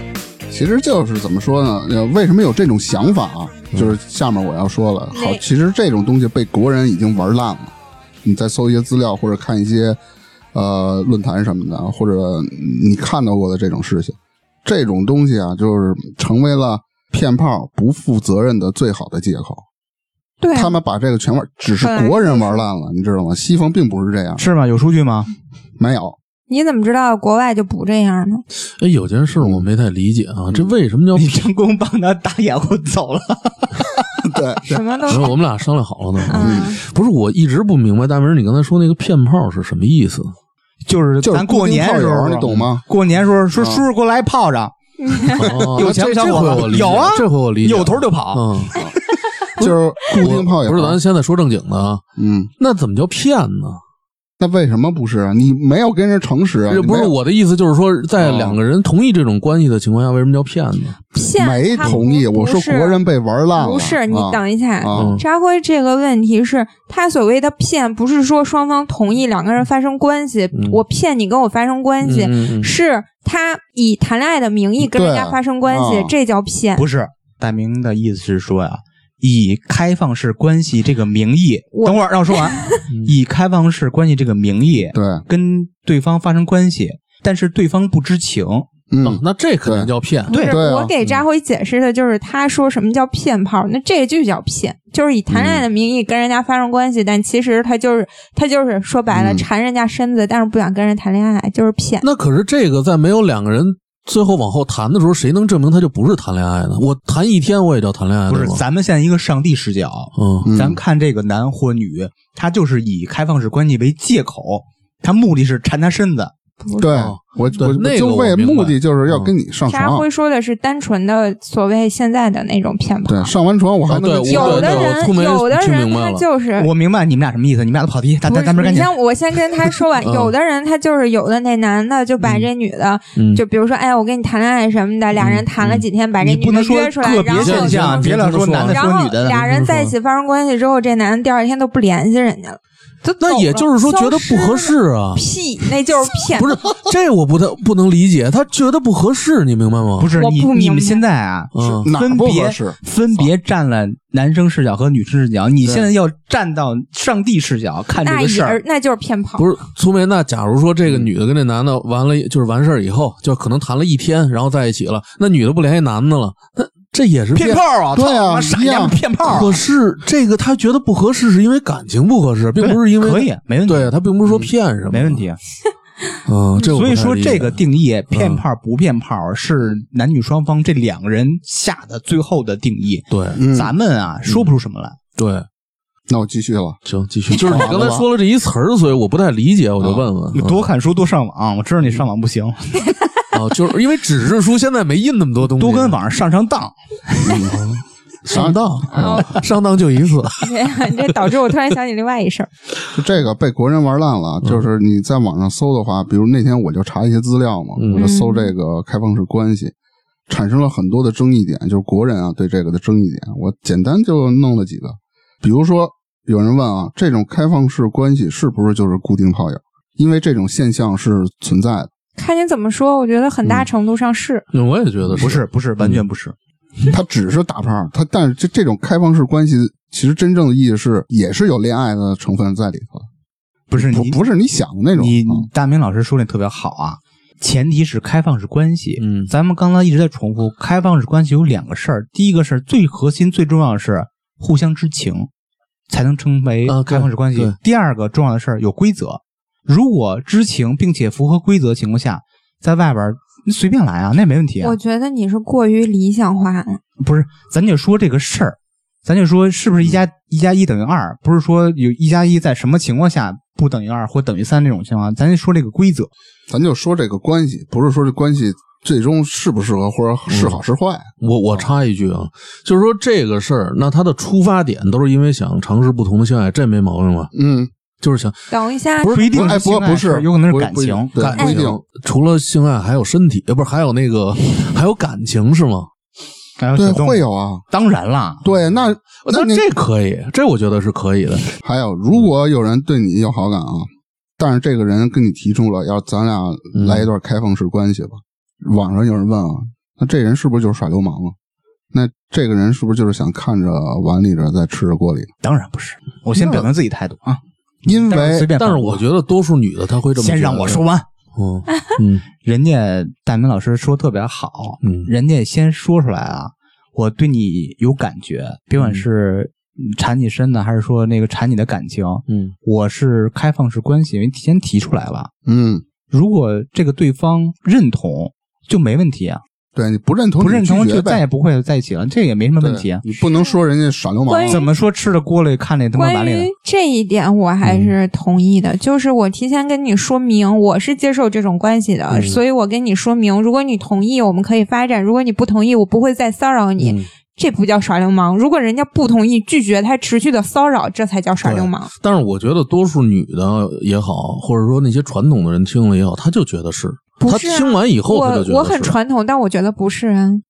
D: 其实就是怎么说呢？呃，为什么有这种想法啊？
B: 嗯
D: 就是下面我要说了，好，
E: 那
D: 其实这种东西被国人已经玩烂了。你再搜一些资料，或者看一些呃论坛什么的，或者你看到过的这种事情，这种东西啊，就是成为了骗炮不负责任的最好的借口。
E: 对
D: 他们把这个全玩，只是国人玩烂了，你知道吗？西方并不是这样，
A: 是吗？有数据吗？
D: 没有。
E: 你怎么知道国外就不这样呢？
B: 哎，有件事我没太理解啊，这为什么叫
A: 嗯你成功帮他打掩护走了。
D: 对，
E: 什么都啊
B: 然后我们俩商量好了呢。
E: 嗯，
B: 不是，我一直不明白大明儿，你刚才说那个骗炮是什么意思？
A: 就是
D: 就是
A: 咱过年时
D: 固定
A: 候，
D: 炮友你懂吗？
A: 过年时候说叔叔给我来炮仗，
B: 啊 哦
A: 有钱
B: 这
A: 小
B: 这
A: 伙子
B: 回我理解
A: 有啊
B: 这回我理解了，
A: 有头就跑。
B: 嗯，
D: 就是固定炮友。
B: 不是，咱现在说正经的啊，
D: 嗯，
B: 那怎么叫骗呢？
D: 那为什么不是啊？你没有跟人诚实啊？
B: 这
D: 你
B: 不
D: 没
B: 是
D: 有
B: 我的意思，就是说，在两个人同意这种关系的情况下，为什么叫骗呢？
E: 骗
D: 没
E: 他
D: 同意，
E: 不
D: 我说
E: 不是
D: 国人被玩烂了。
E: 不是，你
D: 啊
E: 等一下，
D: 啊
E: 扎辉这个问题是他所谓的骗，不是说双方同意两个人发生关系，我骗你跟我发生关系，
B: 嗯嗯嗯
E: 是他以谈恋爱的名义跟人家
D: 对
E: 发生关系，
D: 啊
E: 这叫骗。
A: 不是，大明的意思是说呀、以开放式关系这个名义，
E: 我
A: 等会儿让我说完，以开放式关系这个名义
D: 对，
A: 跟对方发生关系，但是对方不知情，
B: 啊
D: 嗯，
B: 那这肯定叫骗。
E: 不是，
D: 对啊
E: 我给扎辉解释的就是他说什么叫骗炮，那这就叫骗，就是以谈恋爱的名义跟人家发生关系，但其实他就是他就是说白了
D: 嗯
E: 缠人家身子，但是不想跟人谈恋爱，就是骗。
B: 那可是这个在没有两个人最后往后谈的时候，谁能证明他就不是谈恋爱呢？我谈一天我也叫谈恋爱，
A: 不是
B: 对吗
A: 咱们现在一个上帝视角，
B: 嗯，
D: 嗯
A: 咱看这个男或女，他就是以开放式关系为借口，他目的是缠他身子，
D: 对
B: 哦
D: 我
B: 对
D: 我
B: 那个
D: 就为
B: 我明白嗯
D: 目的就是要跟你上
E: 扎
D: 床，
E: 辉说的是单纯的所谓现在的那种骗炮
D: 对，，上完床我还
B: 哦
D: 能
B: 对
D: 跟
B: 我
E: 有
B: 对
E: 的
B: 对我聪明
E: 人有的
B: 听
E: 人
B: 明白
E: 他
B: 了
E: 就是
A: 我明白你们俩什么意思，你们俩跑题，咱
E: 不
A: 咱
E: 是
A: 咱们赶
E: 你
A: 紧。
E: 先，我先跟他说完，
B: 嗯
E: 有的人他就是有的那男的就把这女的，
B: 嗯
E: 就比如说，哎，我跟你谈恋爱什么的，俩人谈了几天，把
A: 嗯
E: 这
A: 你
E: 女
A: 不
E: 的
A: 能说
E: 约出来，
A: 个
E: 然
A: 别
E: 后
A: 现象，
B: 就
A: 别老说男的
E: 然
A: 说
E: 后
A: 女的，
E: 俩人在一起发生关系之后，这男的第二天都不联系人家了，都走
B: 那
E: 了
B: 也就是说觉得不合。
E: 消失了
B: 适
A: 哦
B: 啊。
E: 屁，那就是骗。
B: 不是，这我不太不能理解，他觉得不合适，你明白吗？
A: 不是
E: 我
A: 你
E: 不明白
A: 你们现在啊，
B: 嗯
A: 是
D: 哪儿
A: 分
D: 不合
A: 别
D: 适
A: 分别站了男生视角和女生视角，你现在要站到上帝视角看这
E: 那
A: 个
E: 也
A: 事儿
E: 是，，那就是骗炮。
B: 不是苏梅，那假如说这个女的跟这男的完了，就是完事儿以后，就可能谈了一天，然后在一起了，那女的不联系男的了，那这也是
A: 骗炮啊，
D: 对啊
A: 操他妈傻
D: 一
A: 丫
D: 样
A: 骗炮啊
B: 可，是这个他觉得不合适，是因为感情不合适，并不是因为
A: 可以没问题，嗯
B: 对他并不是说骗什么，
A: 没问。题啊。
B: 嗯，这我
A: 所
B: 不太
A: 以说
B: 理解嗯
A: 这个定义，骗炮不骗炮是男女双方这两个人下的最后的定义，
B: 对
D: 嗯
A: 咱们啊说不出什么来。
B: 对，
D: 那我继续了。
B: 行，继续。就是你刚才说了这一词儿，所以我不太理解，我就问问
A: 啊你多看书，多上网，我知道你上网不行，
B: 啊，就是因为纸质书现在没印那么多东西，
A: 多跟网上上上当。
B: 上当，啊上当就一 次。
E: 这导致我突然想起另外一事儿，
D: 就这个被国人玩烂了，
B: 嗯
D: 就是你在网上搜的话，比如那天我就查一些资料嘛，
B: 嗯
D: 我就搜这个开放式关系，产生了很多的争议点，就是国人啊对这个的争议点，我简单就弄了几个，比如说有人问啊，这种开放式关系是不是就是固定炮友？因为这种现象是存在的，
E: 看你怎么说，我觉得很大程度上是。
B: 嗯我也觉得
A: 不是不是，完全不是。
D: 他只是打炮，他但是这这种开放式关系，其实真正的意义是也是有恋爱的成分在里头的，
A: 不是
D: 不
A: 你
D: 不是你想的那种。
A: 你
D: 嗯
A: 大明老师说的特别好啊，前提是开放式关系。
B: 嗯
A: 咱们刚才一直在重复，开放式关系有两个事儿，第一个事儿最核心、最重要的是互相知情，才能称为
B: 啊对
A: 开放式关系。
B: 对
A: 第二个重要的事儿有规则，如果知情并且符合规则的情况下，在外边儿你随便来啊，那也没问题啊
E: 我。觉得你是过于理想化了。
A: 不是，咱就说这个事儿，咱就说是不是一
B: 嗯
A: 加一加一等于二，不是说有一加一在什么情况下不等于二或等于三这种情况，咱就说这个规则。
D: 咱就说这个关系，不是说这关系最终适不适合或者是
A: 嗯
D: 好是坏。
B: 我我插一句啊，就是说这个事儿，那他的出发点都是因为想尝试不同的性爱，这没毛病吧？
D: 嗯，
B: 就是想
E: 等一下，
A: 不一定
D: 哎，
A: 是
D: 不
A: 性爱
D: 不是，
A: 有可能是
D: 不
A: 感
D: 不一定
A: 情。
D: 对，
B: 感
D: 不一定。
B: 情，除了哎性爱还有身体，呃不是还有那个还有感情是吗？
A: 还有
D: 对，
A: 小动物
D: 会有啊。
A: 当然啦，
D: 对，那那
B: 那
D: 呃你
B: 这可以，这我觉得是可以的。
D: 还有，如果有人对你有好感啊，但是这个人跟你提出了要咱俩来一段开放式关系吧，网上有人问啊，那这人是不是就是耍流氓了？那这个人是不是就是想看着碗里着再吃着锅里？
A: 当然不是。我先表明自己态度啊，
D: 嗯因
A: 待会儿随
D: 为
A: 便放。
B: 但是我觉得多数女的她会这么
A: 先
B: 觉得
A: 让我说，完。
B: 嗯嗯
A: 人家大明老师说特别好，
B: 嗯
A: 人家先说出来啊，我对你有感觉，别管是缠你身呢，还是说那个缠你的感情，
B: 嗯，
A: 我是开放式关系，因为提前提出来了。
D: 嗯，
A: 如果这个对方认同，就没问题啊，
D: 对你不认同
A: 不
D: 你
A: 认同
D: 拒
A: 就
D: 绝
A: 再也
D: 呗，
A: 不会在一起了，这也没什么
D: 对
A: 问题啊。
D: 你不能说人家耍流氓啊
E: 关于
A: 怎么说吃的锅里看那他妈碗
E: 哎关
A: 里的
E: 于？这一点，我还是
B: 嗯
E: 同意的。就是我提前跟你说明，我是接受这种关系的，
B: 嗯
E: 所以我跟你说明，如果你同意，我们可以发展；如果你不同意，我不会再骚扰你。
B: 嗯
E: 这不叫耍流氓。如果人家不同意、拒绝，他持续的骚扰，这才叫耍流氓。
B: 但是我觉得多数女的也好，或者说那些传统的人听了也好，她就觉得是，
E: 不
B: 她
E: 是啊
B: 听完以后她就
E: 我
B: 觉得
E: 我很
B: 是
E: 传统，但我觉得不是啊。
B: 嗯，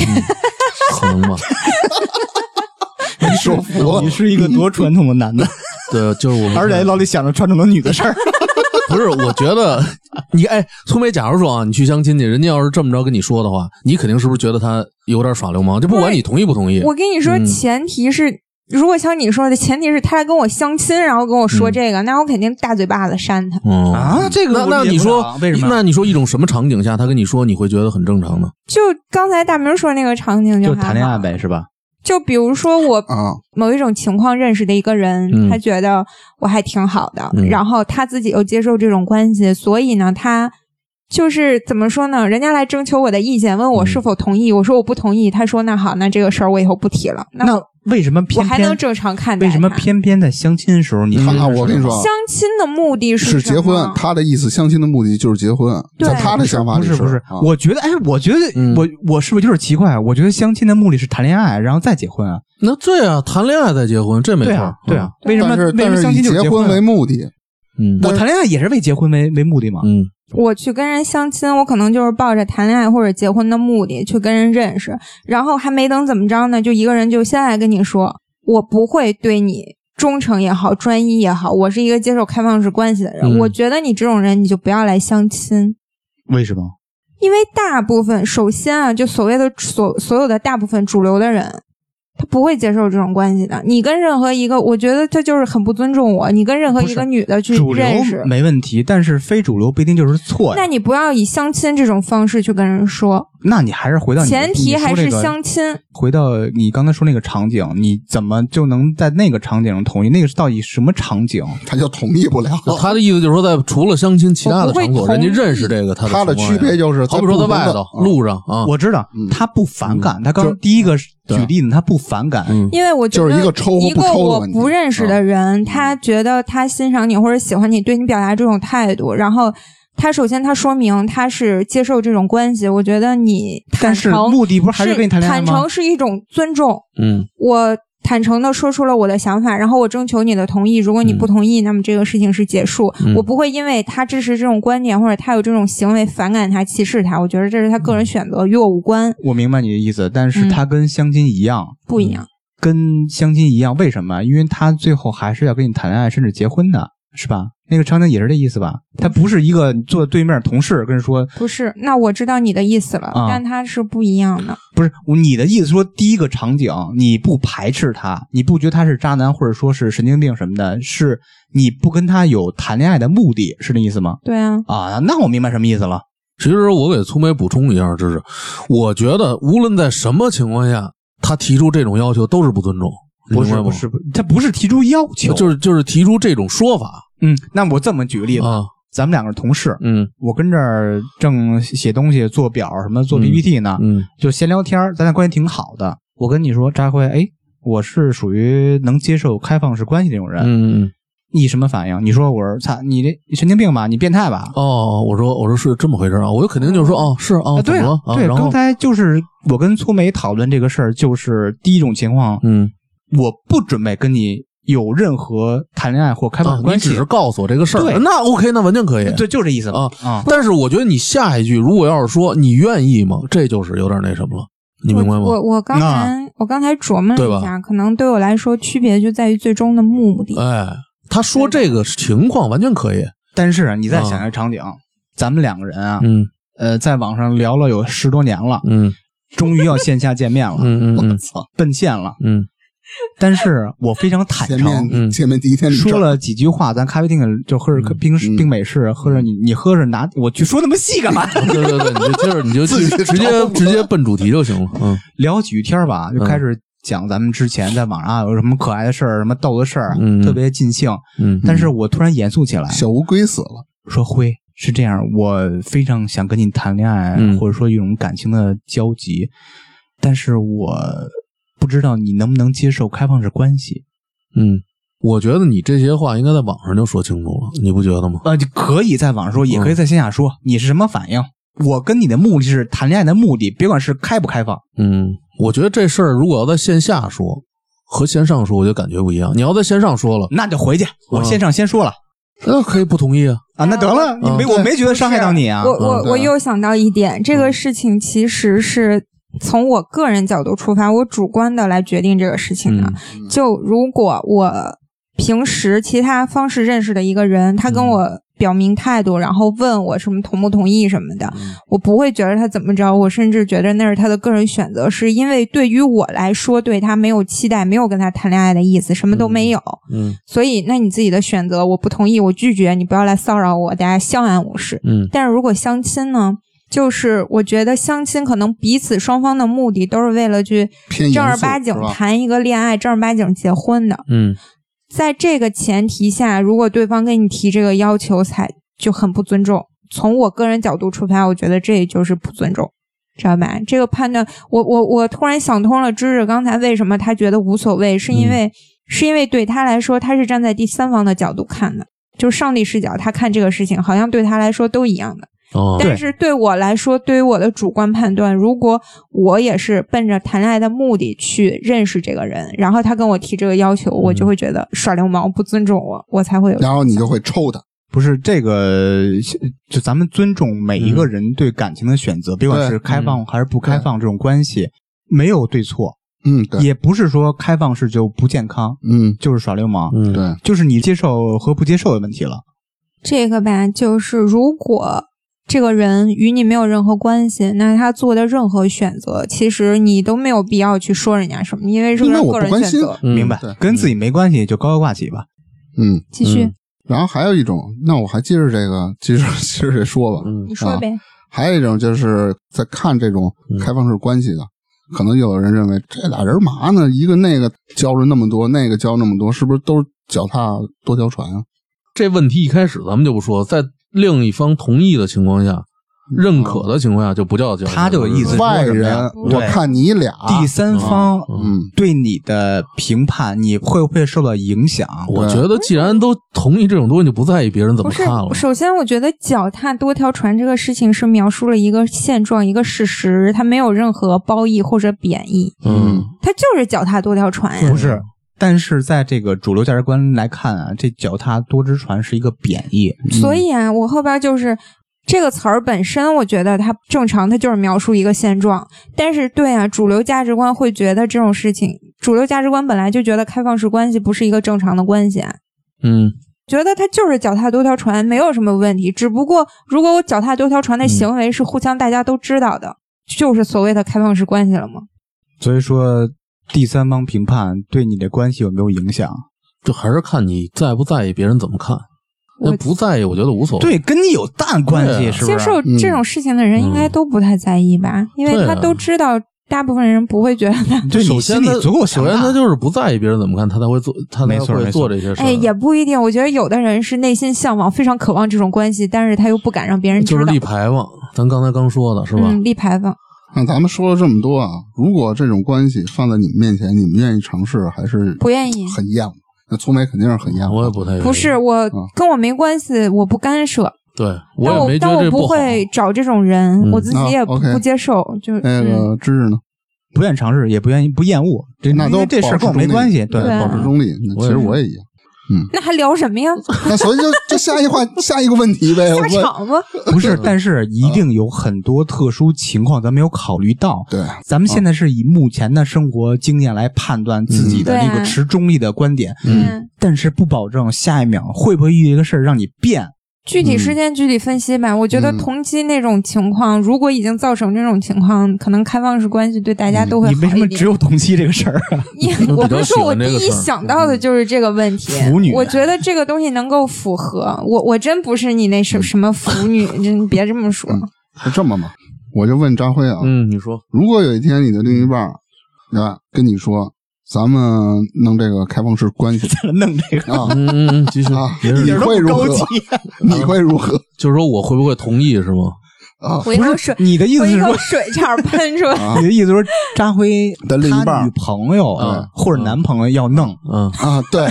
B: 嗯可能吧。
A: 你说服你是一个多传统的男的，
B: 对，就是我们，
A: 而且老得想着传统的女的事儿。
B: 不是，我觉得你哎，聪梅，假如说啊，你去相亲去，人家要是这么着跟你说的话，你肯定是不是觉得他有点耍流氓？就不管你同意不同意，
E: 我跟你说，
B: 嗯
E: 前提是。如果像你说的，前提是他跟我相亲，然后跟我说
B: 嗯
E: 这个，那我肯定大嘴巴子扇他。
B: 嗯
A: 啊这个
B: 那
A: 我
B: 那
A: 理解
B: 你
A: 不
B: 说
A: 了为什么
B: 那你说一种什么场景下，他跟你说你会觉得很正常呢？
E: 就刚才大明说那个场景
A: 就
E: 还好
A: 谈恋爱。呗，是吧？
E: 就比如说我
D: 啊？
E: 某一种情况认识的一个人，
B: 嗯
E: 他觉得我还挺好的，
B: 嗯
E: 然后他自己又接受这种关系，所以呢，他就是怎么说呢？人家来征求我的意见，问我是否同意，我说我不同意。他说那好，那这个事儿我以后不提了。那
A: 那为什么
E: 我
A: 偏
E: 还
A: 偏
E: 能正常看待
A: 为什么
E: 他
A: 偏偏在相亲的时候你
D: 他
A: 看
D: 啊，我跟你说啊
E: 相，亲的目的
D: 是
E: 什么
D: 结婚，他的意思相亲的目的就是结婚，
E: 对
D: 在他的想法
A: 不
D: 里
A: 是不是
D: 啊，
A: 我觉得哎，我觉得
B: 嗯
A: 我我是不是有点奇怪？啊我觉得相亲的目的是谈恋爱，然后再结婚啊？
B: 那对啊，谈恋爱再结婚，这没错嗯
A: 对
B: 儿
A: 啊，，对啊，为什么
D: 但是
A: 为什
D: 但
A: 么
D: 是
A: 相
D: 以
A: 亲就是
D: 结
A: 结
D: 婚
A: 啊
D: 为目的，
B: 嗯，
A: 我谈恋爱也是为结婚为为目的嘛？
B: 嗯
E: 我去跟人相亲，我可能就是抱着谈恋爱或者结婚的目的去跟人认识，然后还没等怎么着呢，就一个人就先来跟你说，我不会对你忠诚也好，专一也好，我是一个接受开放式关系的人。
B: 嗯
E: 我觉得你这种人，你就不要来相亲，
A: 为什么？
E: 因为大部分，首先啊，就所谓的所所有的大部分主流的人，他不会接受这种关系的。你跟任何一个，我觉得他就是很不尊重我。你跟任何一个女的去
A: 主流
E: 认识，
A: 没啊问题，但是非主流不一定就是错呀
E: 那。你不要以相亲这种方式去跟人说。
A: 那你还是回到你
E: 前
A: 你
E: 提
A: 说
E: 还是
A: 这个
E: 相亲。
A: 回到你刚才说那个场景，你怎么就能在那个场景上同意？那个是到底什么场景？
D: 他就同意不了。
B: 那他的意思就是说，在除了相亲，其他
E: 我
B: 的
E: 不会
B: 场所，
E: 同
B: 人家
E: 意
B: 认识这个他
D: 他的
B: 情
D: 区
B: 况呀
D: 别就是在
B: 好比说
D: 不
B: 在
D: 同的
B: 外头
D: 啊
B: 路上啊，
A: 我知道
D: 嗯
A: 他不反感，他刚刚第一个举例呢，他不反感，
B: 嗯
E: 因为我觉得
D: 就是一个抽和不
E: 一个
D: 抽的
E: 我
D: 问题
E: 不认识
A: 啊
E: 的人，他觉得他欣赏你或者喜欢你，对你表达这种态度，然后他首先他说明他是接受这种关系，我觉得你坦
A: 但是
E: 诚
A: 目的不是还是跟你谈恋爱
E: 坦
A: 吗
E: 诚？是一种尊重，
B: 嗯
E: 我坦诚的说出了我的想法，然后我征求你的同意。如果你
A: 嗯
E: 不同意，那么这个事情是结束。
B: 嗯
E: 我不会因为他支持这种观点或者他有这种行为反感他、歧视他。我觉得这是他个
A: 嗯
E: 人选择，与我无关，
A: 我明白你的意思，但是
E: 嗯
A: 他跟相亲一样，嗯
E: 不一样。
A: 跟相亲一样，为什么？因为他最后还是要跟你谈恋爱，甚至结婚的。是吧？那个场景也是这意思吧？他不是一个你坐对面同事跟人说，
E: 不是，那我知道你的意思了，
A: 啊
E: 但它是不一样的。
A: 不是你的意思说第一个场景你不排斥他，你不觉得他是渣男或者说是神经病什么的，是你不跟他有谈恋爱的目的，是那意思吗？
E: 对啊，
A: 啊，那我明白什么意思了。
B: 其实我给粗眉补充一下，就是我觉得无论在什么情况下，他提出这种要求都是不尊重，
A: 不
B: 明
A: 是
B: 白吗
A: 不，是，不是他不是提出要求，
B: 就是就是提出这种说法
A: 嗯，那我这么举个例子，
B: 啊，
A: 咱们两个是同事，
B: 嗯
A: 我跟这儿正写东西、做表什么、做
B: 嗯
A: PPT 呢，
B: 嗯
A: 就闲聊天儿，咱俩关系挺好的。我跟你说，扎辉，哎，我是属于能接受开放式关系这种人，
B: 嗯，嗯
A: 你什么反应？你说我是操，你这你神经病吧，你变态吧？
B: 哦，我说我说是这么回事啊，我肯定就说哦是啊，
A: 啊，对啊
B: 怎么了啊？
A: 对，
B: 然
A: 刚
B: 后
A: 才就是我跟粗梅讨论这个事儿，就是第一种情况，
B: 嗯，
A: 我不准备跟你有任何谈恋爱或开放
B: 啊
A: 式，
B: 你
A: 关系
B: 只，是告诉我这个事
A: 对
B: 儿，那 OK，那完全可以。
A: 对，就这意思
B: 啊
A: 啊，
B: 但是我觉得你下一句如果要是说你愿意吗，这就是有点那什么了，你明白
E: 我
B: 吗？
E: 我我刚才我刚才琢磨
B: 对
E: 了
B: 吧
E: 一下，可能对我来说区别就在于最终的目的。
B: 哎，他说这个情况完全可以，
A: 但是啊你再想一个场景，咱们两个人啊，
B: 哦嗯
A: 呃，在网上聊了有十多年了，
B: 嗯
A: 终于要线下见面了，
B: 嗯嗯
A: 我
B: 嗯
A: 操，奔现了。
B: 嗯
A: 但是我非常坦
D: 见
A: 诚，
B: 嗯
D: 面见面第一天领证
A: 说，了几句话，咱咖啡厅就喝着冰
D: 嗯
A: 冰美式，喝着你你喝着拿，我去说那么细干嘛？
B: 对对对，你就接着你就
D: 自己
B: 去直
D: 找
B: 接
D: 我
B: 直接奔主题就行了，嗯
A: 聊几句天儿吧，就开始讲咱们之前在网上啊有什么可爱的事儿，什么逗的事儿，
B: 嗯
A: 特别尽兴。
B: 嗯
A: 但是我突然严肃起来，
D: 小乌龟死了，
A: 说辉是这样，我非常想跟你谈恋爱，
B: 嗯
A: 或者说有一种感情的交集，但是我不知道你能不能接受开放式关系。
B: 嗯，我觉得你这些话应该在网上就说清楚了，你不觉得吗？
A: 呃，就可以在网上说，也
B: 嗯
A: 可以在线下说，你是什么反应？我跟你的目的是谈恋爱的目的，别管是开不开放。
B: 嗯，我觉得这事儿如果要在线下说和线上说，我就感觉不一样。你要在线上说了，
A: 那就回去，
B: 嗯
A: 我线上先说了、
B: 那可以不同意啊。
A: 啊，那得了，你没、
D: 对
A: 我没觉得伤害到你啊。
E: 我我
B: 嗯
E: 我又想到一点，这个事情其实是从我个人角度出发，我主观的来决定这个事情
B: 嗯
E: 的。就如果我平时其他方式认识的一个人，他跟我表明态度，然后问我什么同不同意什么的，我不会觉得他怎么着，我甚至觉得那是他的个人选择，是因为对于我来说，对他没有期待，没有跟他谈恋爱的意思，什么都没有。
B: 嗯
E: 所以，那你自己的选择，我不同意，我拒绝，你不要来骚扰我，大家相安无事。
B: 嗯
E: 但是如果相亲呢，就是我觉得相亲可能彼此双方的目的都是为了去
D: 偏严肃
E: 正儿八经
D: 是吧
E: 谈一个恋爱，正儿八经结婚的。
B: 嗯
E: 在这个前提下，如果对方跟你提这个要求，才就很不尊重。从我个人角度出发，我觉得这也就是不尊重，知道吧？这个判断，我我我突然想通了，芝芝刚才为什么他觉得无所谓，是因为、
D: 嗯
E: 是因为对他来说，他是站在第三方的角度看的，就是上帝视角，他看这个事情好像对他来说都一样的。
B: 哦，
E: 但是对我来说，对于我的主观判断，如果我也是奔着谈恋爱的目的去认识这个人，然后他跟我提这个要求，我就会觉得耍流氓不尊重我，我才会
A: 呃
E: 有。
D: 然后你就会抽他，
A: 不是这个，就咱们尊重每一个
D: 嗯
A: 人对感情的选择，别管是开放还是不开放，这种关系没有对错，
D: 嗯，对，
A: 也不是说开放式就不健康，
D: 嗯，
A: 就是耍流氓，
B: 嗯
D: 对，
A: 就是你接受和不接受的问题了。
E: 这个吧，就是如果这个人与你没有任何关系，那他做的任何选择，其实你都没有必要去说人家什么，因为是
D: 因为
E: 个
D: 我不
E: 个人
D: 关
E: 选
D: 心，
E: 择。
B: 嗯
A: 明白
D: 对，
A: 跟自己没关系就高高挂起吧。
D: 嗯，
E: 继续，
B: 嗯
D: 然后还有一种，那我还接着这个， 接着接着这说吧，
B: 嗯
E: 你说呗。
D: 还有一种就是在看这种
A: 嗯
D: 开放式关系的，可能有人认为这俩人嘛呢？一个那个教了那么多，那个教那么多，是不是都是脚踏多条船啊？
B: 这问题一开始咱们就不说，在另一方同意的情况下、认可的情况下，就不叫交流。
A: 他就有意思
B: 是吧
D: 外
A: 说什么
D: 人
A: 呀，
D: 我
A: 对
D: 看你俩，
A: 第三方
D: 啊嗯，
A: 对你的评判，你会不会受到影响？
B: 我觉得既然都同意这种东西，就不在意别人怎么
E: 不是
B: 看了，。
E: 首先，我觉得脚踏多条船这个事情是描述了一个现状、一个事实，它没有任何褒义或者贬义，
B: 嗯，
E: 它就是脚踏多条船
D: 嗯
E: 呀。
A: 不是。但是在这个主流价值观来看啊，这脚踏多只船是一个贬义。
B: 嗯
E: 所以啊，我后边就是这个词儿本身，我觉得它正常，它就是描述一个现状。但是，对啊，主流价值观会觉得这种事情，主流价值观本来就觉得开放式关系不是一个正常的关系啊。
B: 嗯，
E: 觉得他就是脚踏多条船，没有什么问题。只不过如果我脚踏多条船的
B: 嗯
E: 行为是互相大家都知道的，就是所谓的开放式关系了吗？
A: 所以说，第三方评判对你的关系有没有影响？
B: 就还是看你在不在意别人怎么看。
E: 我
B: 那不在意，我觉得无所谓。
A: 对，跟你有淡关系
B: 对
A: 是
E: 接
A: 不
E: 受
A: 是？
E: 这种事情的
B: 嗯
E: 人应该都不太在意吧，因
B: 啊
E: 为他都知道，大部分人不会觉得他。
A: 对
B: 首
A: 你
B: 先
A: 心里
B: 他
A: 足够
B: 首
A: 强
B: 先他
A: 大。
B: 就是不在意别人怎么看，他才会做，他才
A: 没错
B: 会
A: 没错
B: 做这些事儿。
E: 哎，也不一定。我觉得有的人是内心向往，非常渴望这种关系，但是他又不敢让别人知
B: 就是
E: 道。
B: 立牌坊，咱刚才刚说的是吧？
E: 嗯，立牌坊。
D: 那咱们说了这么多啊，如果这种关系放在你们面前，你们愿意尝试还是
E: 不愿意
D: 很厌恶。那粗眉肯定是很厌恶。
B: 我也不太愿意
E: 不是我跟我没关系，我不干涉。
B: 对，
E: 但
B: 也没觉
E: 但
B: 得
E: 我
B: 这
E: 不
B: 好。
E: 会找这种人，
B: 嗯
E: 我自己也
D: 啊
E: 不,、
D: ，OK 哎
E: 不接受。就是、
D: 那
E: 嗯
D: 个芝士呢？
A: 不愿意尝试，也不愿意不厌恶，这
D: 那
A: 因
D: 都
A: 为这事儿跟我没关系。对
E: 对啊
D: 保持中立。那其实我也一样。
E: 那还聊什么呀？
D: 那所以就就下一 话下一个问题哎呗。我
E: 大
D: 问
E: 吵吗？
A: 不是，但是一定有很多特殊情况咱没有考虑到。
D: 对，
A: 咱们现在是以目前的生活经验来判断自己的
E: 嗯
A: 那
E: 对啊
A: 个持中立的观点，
D: 嗯，
A: 但是不保证下一秒会不会遇到一个事儿让你变。
E: 具体事件具体分析吧。我觉得
D: 嗯
E: 同期那种情况，如果已经造成这种情况，可能开放式关系对大家都会好
A: 你
E: 一
A: 为
E: 点。
A: 什么只有同期这个事儿？
E: 因为我
B: 比较
E: 不是
B: 喜
E: 说我
B: 欢
E: 第
B: 这个
E: 一
B: 事儿
E: 想到的就是这个问题。
A: 腐女
E: 我觉得这个东西能够符合我，我真不是你那什什么腐女，真别这么说。
D: 那这么吧，我就问张辉啊，
B: 嗯，你说
D: 如果有一天你的另一半儿啊跟你说，咱们弄这个开放式关系
A: 弄这个
D: 啊
B: 嗯嗯嗯，继续
D: 啊，
B: 也是
D: 你会如何
A: 高级？
D: 你会如何
B: 就是说我会不会同意是吗？
D: 啊？
E: 我一口水，
A: 你的意
E: 我
A: 思
E: 一
A: 是
E: 口
A: 说，
E: 水差点喷出
B: 啊
E: 来。
A: 你的意思是说，扎辉
D: 的另一半
A: 他
D: 儿
A: 女朋友啊
B: 嗯
A: 或者男朋友要弄，
B: 嗯，
D: 啊，对，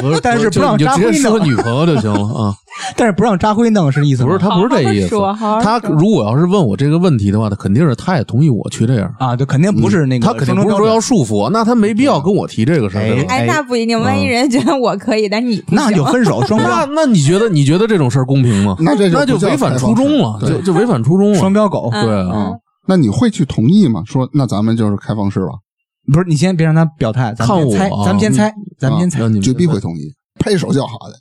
B: 我说
A: 但是
B: 我就
A: 不让
B: 你就
A: 扎
B: 直接
A: 辉呢
B: 说女朋友就行了啊。
A: 但是不让扎辉弄是意思吗
B: 不是，他不是这意思
E: 好好地说好好。地
B: 他
E: 说
B: 如果要是问我这个问题的话，他肯定是他也同意我去这样，
A: 啊，就肯定不是那个
B: 嗯他
A: 双
B: 肯
A: 重
B: 定
A: 标
B: 不
A: 准，
B: 是说要束缚我，那他没必要跟我提这个事儿
A: 哎
B: 对吧。
E: 哎，那不一定，万一人家觉得我可以，但你不
A: 那
E: 行
A: 就分手双
B: 那
A: 标
B: 那你觉得你觉得这种事儿公平吗？
D: 那这就
B: 那就
D: 不叫
B: 违反
D: 开
B: 初
D: 放式
B: 衷了，
D: 对
B: 就就违反初衷
A: 双
B: 了。
A: 标狗。
B: 对
E: 嗯
B: 啊，
D: 那你会去同意吗？说那咱们就是开放式吧，
A: 不是，你先别让他表态，咱们
B: 看
A: 先猜
B: 我，啊
A: 咱们先猜，咱们先猜
B: 那。你们
D: 绝逼会同意，拍手叫好的，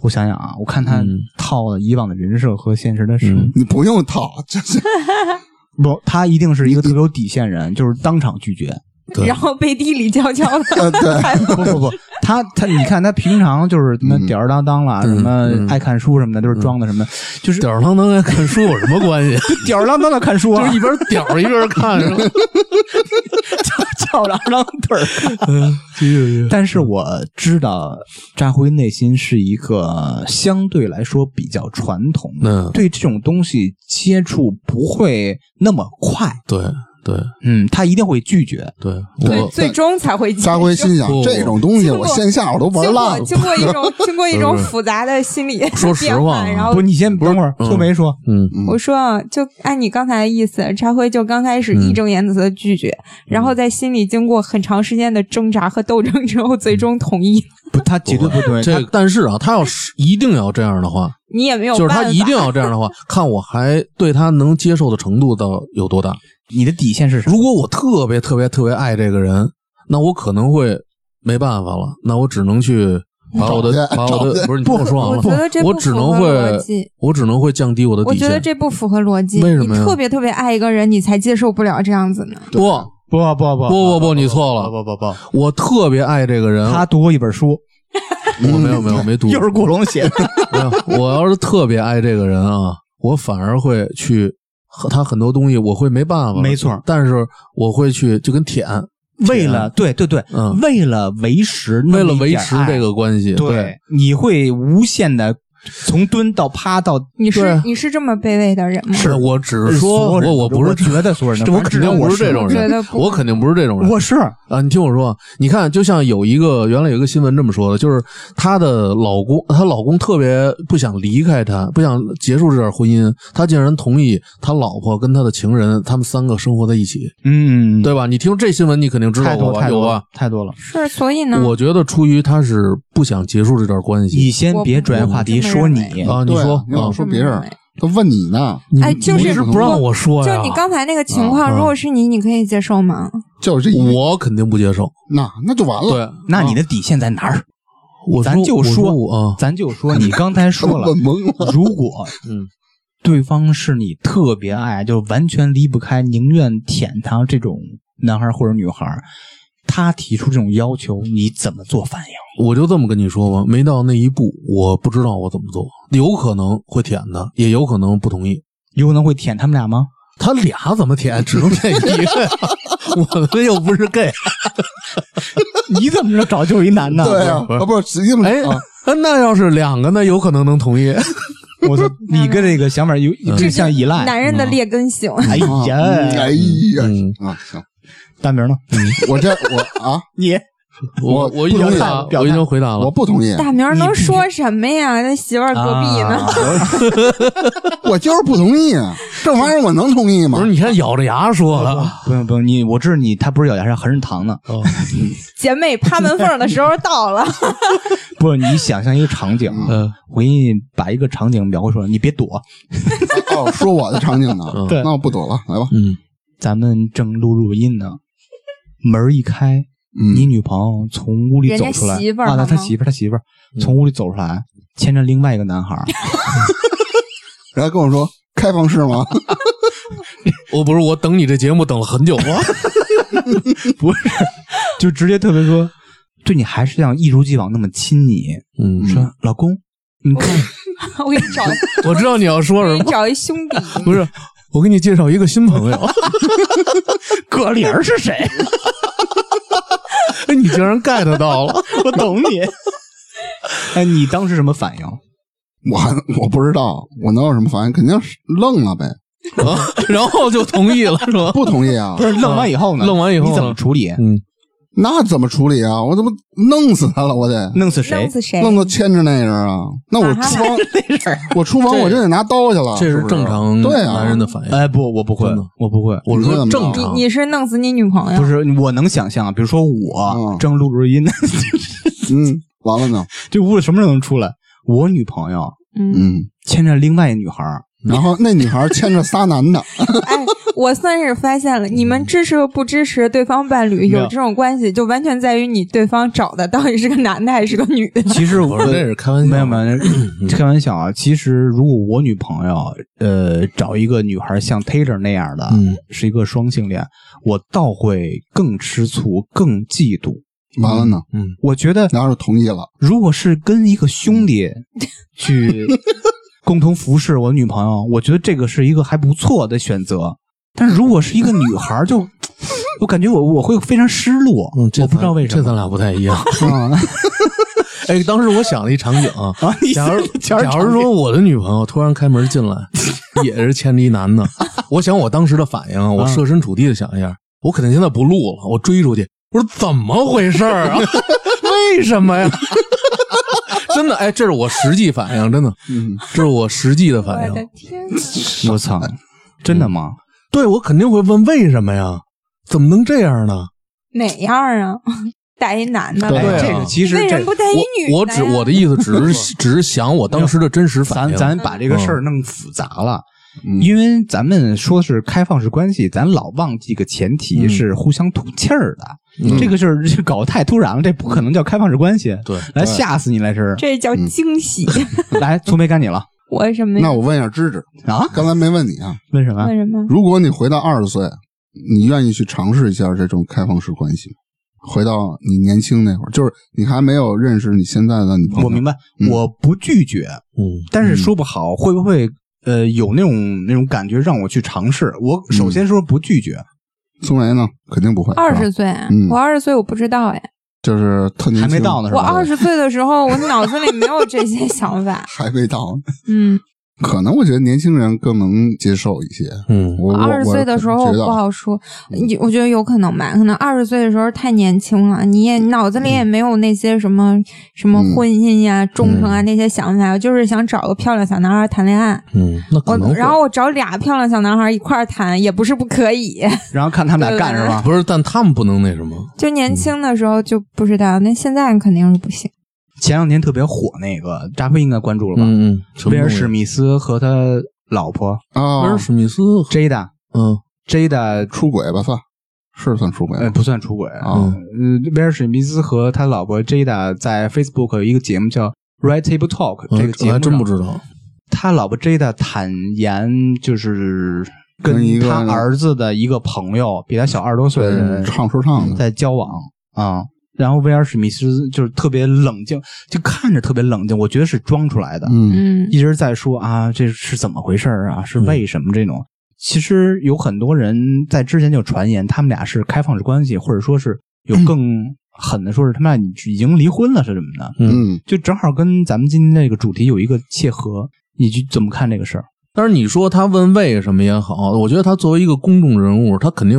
A: 我想想啊，我看他
B: 嗯
A: 套了以往的人设和现实的事，
B: 嗯
D: 你不用套，这是
A: 不，他一定是一个特别有底线人，就是当场拒绝。
B: 对
E: 然后背地里悄悄
D: 呃对
E: 的开放
A: 不不不，他他，你看他平常就是什么
D: 嗯
A: 吊儿郎当啦，什
B: 嗯
A: 么
B: 嗯
A: 爱看书什么的，就是装的什么， 就是
B: 吊儿郎当跟看书有什么关 系？
A: 吊儿郎当的看书
B: 就
A: 啊
B: 是，一边吊儿一边看，是吧？
A: 翘着二郎腿儿。 但 是我知道扎辉内心是一个相对来说比较传统的，
B: 嗯，
A: 对这种东西接触不会那么快。
B: 对对
A: 嗯，他一定会拒绝。
B: 对，
E: 对，
B: 我
E: 最终才会接
D: 扎
E: 受
D: 辉心想
B: 不，
D: 这种东西
E: 经过
D: 我线下我都玩
E: 经
D: 烂
E: 过
D: 了，
E: 经过一 种经过一种复杂的心理
B: 说实
E: 变
B: 话
E: 换
B: 啊
E: 然
A: 不
E: 后
A: 是，。你先等会儿，
B: 嗯
A: 秋梅说，
B: 嗯
E: 我说啊，就按你刚才的意思，扎辉就刚开始
B: 嗯
E: 义正言辞的拒绝，然后在心里经过很长时间的挣扎和斗争之后，最终同意。
A: 不，他绝对不同意。
B: 这，但是啊，他要是一定要这样的话，
E: 你也没有
B: 就是
E: 办法，
B: 他一定要这样的话，看我还对他能接受的程度到有多大。
A: 你的底线是什么？
B: 如果我特别特别特别爱这个人，那我可能会没办法了，那我只能去把我的
D: 找去
B: 把我的不是你听我说完
E: 我觉得这
B: 了，
E: 不
B: 我只能
E: 符合逻辑
B: 会我只能会降低我的
E: 我
B: 底
E: 觉得
B: 线。
E: 这不符合逻辑。
B: 为什么呀
E: 你特别特别爱一个人，你才接受不了这样子呢？
B: 不
A: 不不不不
B: 不不不，你错了，
A: 不不不，
B: 我特别爱这个人，
A: 他嗯读过一本书，
B: 我没有没有没读，啊
A: 又是古龙 写的。
B: 没有，我要是特别爱这个人啊，我反而会去和他很多东西，我会没办法，
A: 没错儿
B: 但是我会去就跟舔，
A: 为了对对对
B: 嗯，
A: 为了维持那
B: 为了
A: 么一
B: 维
A: 点
B: 持
A: 爱
B: 这个关系，对，
A: 对，你会无限的从蹲到趴到
E: 你是
B: 对
E: 你是这么卑微的人吗？
B: 是我只是说，
A: 所有人
B: 我我不是
A: 觉得所有人都
B: 我肯定
A: 我
B: 不是 这种
E: 我觉
B: 人
E: 得，不
B: 我肯定不是这种人，
A: 我是
B: 啊，你听我说，你看，就像有一个原来有一个新闻这么说的，就是她的老公，她老公特别不想离开她，不想结束这段婚姻，她竟然同意她老婆跟她的情人，他们三个生活在一起，
A: 嗯，
B: 对吧？你听这新闻，你肯定知道
A: 太
B: 过
A: 多
B: 吧？
A: 太
B: 有
A: 多
B: 吧
A: 了？太多了。
E: 是，所以呢？
B: 我觉得出于她是不想结束这段关
A: 你
B: 系
A: 先
E: 我
A: 别
E: 不
A: 转移
E: 我
A: 话
E: 不
A: 题，
E: 这么
A: 说
E: 认
A: 你
E: 为
B: 啊，你
D: 对
B: 说
D: 你老
B: 啊，
D: 说
E: 嗯
D: 别人
E: 对，
D: 他问你呢，
B: 你
E: 哎就是
B: 你一直不让我说呀
E: 就，你刚才那个情况，
B: 啊
E: 如果是你，你可以接受吗？
D: 就是这一
B: 我肯定不接受，
D: 那那就完了。
B: 对，啊
A: 那你的底线在哪儿？
B: 我
A: 咱就
B: 我
A: 说
B: 我啊，
A: 咱就说你刚才说了
D: 问， 懵了。
A: 如果
B: 嗯，
A: 对方是你特别爱，就完全离不开，宁愿舔他这种男孩或者女孩，他提出这种要求，你怎么做反应？
B: 我就这么跟你说吧，没到那一步，我不知道我怎么做，有可能会舔他，也有可能不同意。
A: 有可能会舔他们俩吗？
B: 他俩怎么舔？只能舔一个呀， 我们又不是 gay。
A: 你怎么知道找就是一男的？
D: 对啊，
B: 不是
D: 啊不是，因
B: 哎
D: 为啊，，
B: 那要是两个呢，有可能能 同意。
A: 我 操，你跟这个想法有这像依赖
E: 男人的。劣根性。
A: 哎
D: 嗯
A: 呀，
D: 哎呀
B: 嗯
D: 啊，行，
A: 大 明呢？
D: 我这我啊，
A: 你
B: 我
D: 我
B: 我已经
D: 不同
B: 回
D: 意
B: 答，
A: 表态
B: 我已经回答
D: 我
B: 了。
D: 不同 意，
E: 大明儿能说什么呀？他媳妇儿隔壁呢，
A: 啊
D: 我就是不同意啊，这玩意儿我能同意吗
B: 不？是，你看咬着牙说了，
A: 啊？不用不用，你我知道你他不是咬牙，是横着糖呢。
E: 姐妹趴门缝的时候到了。
A: 不，你想象一个场景，啊
B: 嗯，
A: 我给你把一个场景描绘出来，你别躲。
D: 哦，说我的场景呢
B: 嗯，
A: 对
D: 那我不躲了，来吧，
B: 嗯，
A: 咱们正录录音呢，门儿一开，你
D: 嗯，
A: 女朋友从屋里走出来，
E: 人家媳妇儿
A: 啊，他
E: 好
A: 他
E: 吗
A: 媳妇儿，他媳妇儿
B: 嗯
A: 从屋里走出来，牵着另外一个男孩儿，
D: 然后跟我说开放式吗？
B: 我不是，我等你这节目等了 很久啊。
A: 不是，就直接特别说，对你还是像一如既往那么亲你，
B: 嗯，
A: 说老公，你看，
E: 我给你找，
B: 我知道你要说
E: 我
B: 什
E: 给你
B: 么，
E: 找一兄弟。
B: 不是，我给你介绍一个新朋友。
A: 葛玲儿是 谁？
B: 哎，你竟然 get 到了，
A: 我懂你。哎，你当时什么 反应？
D: 我还我不知道，我能有什么反应？肯定是愣了呗，
B: 啊然后就同意了，是吧？
D: 不同意啊
A: 不，是愣完以后呢？
B: 愣完以后呢
A: 你怎么处理？
B: 嗯，
D: 那怎么处理啊？我怎么弄死他了？我得
A: 弄死谁
E: 弄？死谁？
D: 弄到牵着那人啊，那我
E: 啊
D: 厨房，我厨房我就得拿刀去了，
B: 这
D: 是
B: 是
D: 不是
B: 正常
D: 对啊，
B: 男人的反应。
A: 哎，不，我不会
B: 真的，
A: 我不会。
B: 我
D: 你说
B: 说
D: 怎么着
B: 正
E: 你
B: 常，
E: 你是弄死你女朋友？
A: 不，是，我能想象，比如说我
D: 嗯
A: 正录着音呢，
D: 嗯，完了呢，
A: 这屋里什么人都能出来？我女朋友
E: 嗯，
D: 嗯，
A: 牵着另外一女孩儿，
D: 然后那女孩牵着仨男的，
E: 哎，我算是发现了，你们支持和不支持对方伴侣
A: 有
E: 有这种关系，就完全在于你对方找的到底是个男的还是个女的。
A: 其实我
B: 我说这是开玩笑，
A: 没有没有，开玩笑啊。其实如果我女朋友呃找一个女孩像 Taylor 那样的，
B: 嗯
A: 是一个双性恋，我倒会更吃醋、更嫉妒。
D: 完了呢，
B: 嗯，
A: 我觉得
D: 然后就同意了，
A: 如果是跟一个兄弟去共同服侍我女朋友，我觉得这个是一个还不错的选择。但如果是一个女孩儿就，我感觉我我会非常失落，
B: 嗯，这
A: 我不知道
B: 咱
A: 为什
B: 这
A: 么。
B: 咱俩不太一样。
A: 啊
B: 哎，当时我想了一场景啊，
A: 啊！你
B: 假如
A: 假
B: 假
A: 如
B: 如
A: 说
B: 说我的女朋友突然开门进来，也是牵着一男的，我想我当时的反应啊，我设身处地的想一下，我肯定现在不录了，我追出去，我说怎么回事儿啊？ 为什么呀？ 真的，哎，这是我实际反应，真的，
D: 嗯，
B: 这是我实际的
E: 我
B: 反
E: 的
B: 应。
E: 天哪！
A: 我操，真的吗？
B: 对，我肯定会问为什么呀？怎么能这样呢？
E: 哪样啊？带一男的
D: 对
E: 吧，
A: 哎
B: 啊
A: 这个其实
E: 嗯
A: 这
E: 为什么不带一女的呀？
B: 我我只我的意思只 是只是想我当时的真实反
A: 咱
B: 应。嗯
A: 咱把这个事儿弄复杂了，
D: 嗯
A: 因为咱们说是开放式关系，咱老忘记个前提
B: 嗯
A: 是互相吐气儿的。
B: 嗯
A: 这个事儿这搞得太突然了，这不可能叫开放式关系，
B: 对
A: 来吓死你来是。
E: 这叫惊喜。
A: 来，粗眉该你了
E: 我什么呀？
D: 那我问一下芝芝，
A: 啊？
D: 刚才没问你
E: 嗯
D: 啊，
A: 问什么
E: 为？什么？
D: 如果你回到二十岁，你愿意去尝试一下这种开放式关系吗？回到你年轻那会儿，就是你还没有认识你现在的女朋友，
A: 我明
D: 白，
A: 白，
D: 嗯
A: 我不拒绝，
B: 嗯
A: 但是说不好会不会呃有那种那种感觉让我去尝试。我
B: 嗯
A: 首先说不拒绝，
D: 苏梅呢，肯定不会，
E: 二
D: 是
E: 十
D: 吧
E: 岁啊
D: 嗯，
E: 我二十岁我不知道哎，
D: 就是特
B: 嗯
D: 年
A: 还
D: 轻，。
A: 没到呢是
E: 我
A: 吧？
E: 二十岁的时候，我脑子里没有这些想法
D: 还没到，
E: 嗯，
D: 可能我觉得年轻人更能接受一些。
B: 嗯
D: 我
E: 二十岁的时候
D: 我啊
E: 不好说，你我觉得有可能吧，可能二十岁的时候太年轻了，你也脑子里也没有那些什么、什么婚姻呀、忠诚啊那些想法，我就是想找个漂亮小男孩谈恋爱。
B: 嗯，那可
E: 我
B: 能会
E: 然后我找俩漂亮小男孩一块儿谈也不是不可以，
A: 然后看他们俩干是吧？
B: 不是，但他们不能那什么。
E: 就年轻的时候就不知道，那现在肯定是不行。
A: 前两天特别火那个，扎辉应该关注了吧？
B: 嗯嗯，什么
A: 威尔
B: 东西
A: 史密斯和他老婆
D: 啊
B: 威尔史密斯，
A: Jada
B: 嗯
A: Jada
D: 出轨吧算，是算出轨
A: 呃，
D: 吗？
A: 不算出轨啊。
D: 啊
A: 呃，威尔史密斯和他老婆 Jada 在 Facebook 有一个节目叫《Right Table Talk》，这个节
B: 哦我
A: 目
B: 还真不
A: 道。
B: 知道。
A: 他老婆 Jada 坦言就是
D: 跟一
A: 跟
D: 个
A: 他儿子的一个朋友，比他小二十多岁的人
D: 嗯唱说唱的，
A: 在交往啊。然后威尔史密斯就是特别冷静，就看着特别冷静，我觉得是装出来的，
D: 嗯，
E: 嗯
A: 一直在说啊这是怎么回事儿啊，是
B: 嗯
A: 为什么这种。其实有很多人在之前就传言他们俩是开放式关系，或者说是有
B: 嗯
A: 更狠的说是他们俩已经离婚了是怎么的，
D: 嗯，
A: 就正好跟咱们今天这个主题有一个切合。你去怎么看这个事儿？
B: 但是你说他问为什么也好，我觉得他作为一个公众人物，他肯定，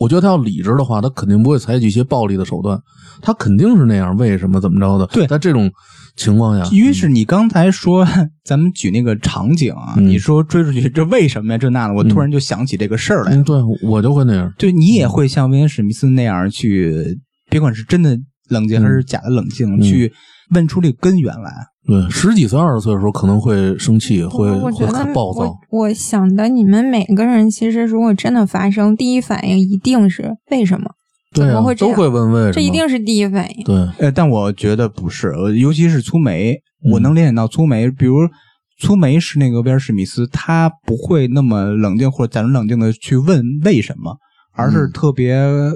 B: 我觉得他要理智的话，他肯定不会采取一些暴力的手段，他肯定是那样，为什么怎么着的？
A: 对
B: 在这种情况下，
A: 因为是你刚才说，咱们举那个场景啊，
B: 嗯
A: 你说追出去这为什么呀？这那的，我
B: 嗯
A: 突然就想起这个事儿来。
B: 嗯，对我就会那样。
A: 对你也会像威廉史密斯那样去，别管是真的冷静还是假的冷静，
B: 嗯
A: 去问出这个根源来。
B: 对，十几岁、二十岁的时候可能会生气，会
E: 我
B: 会
E: 觉得
B: 很暴躁。
E: 我。我想的，你们每个人其实如果真的发生，第一反应一定是为什么？
B: 对
E: 怎
B: 啊
E: 么会，这
B: 都
E: 样
B: 会问为什么。
E: 这一定是第一反应。
B: 对，
A: 呃，但我觉得不是，呃尤其是粗眉，
B: 嗯
A: 我能联想到粗眉，比如粗眉是那个威尔史密斯，他不会那么冷静或者假装冷静的去问为什么，而
B: 嗯
A: 是特别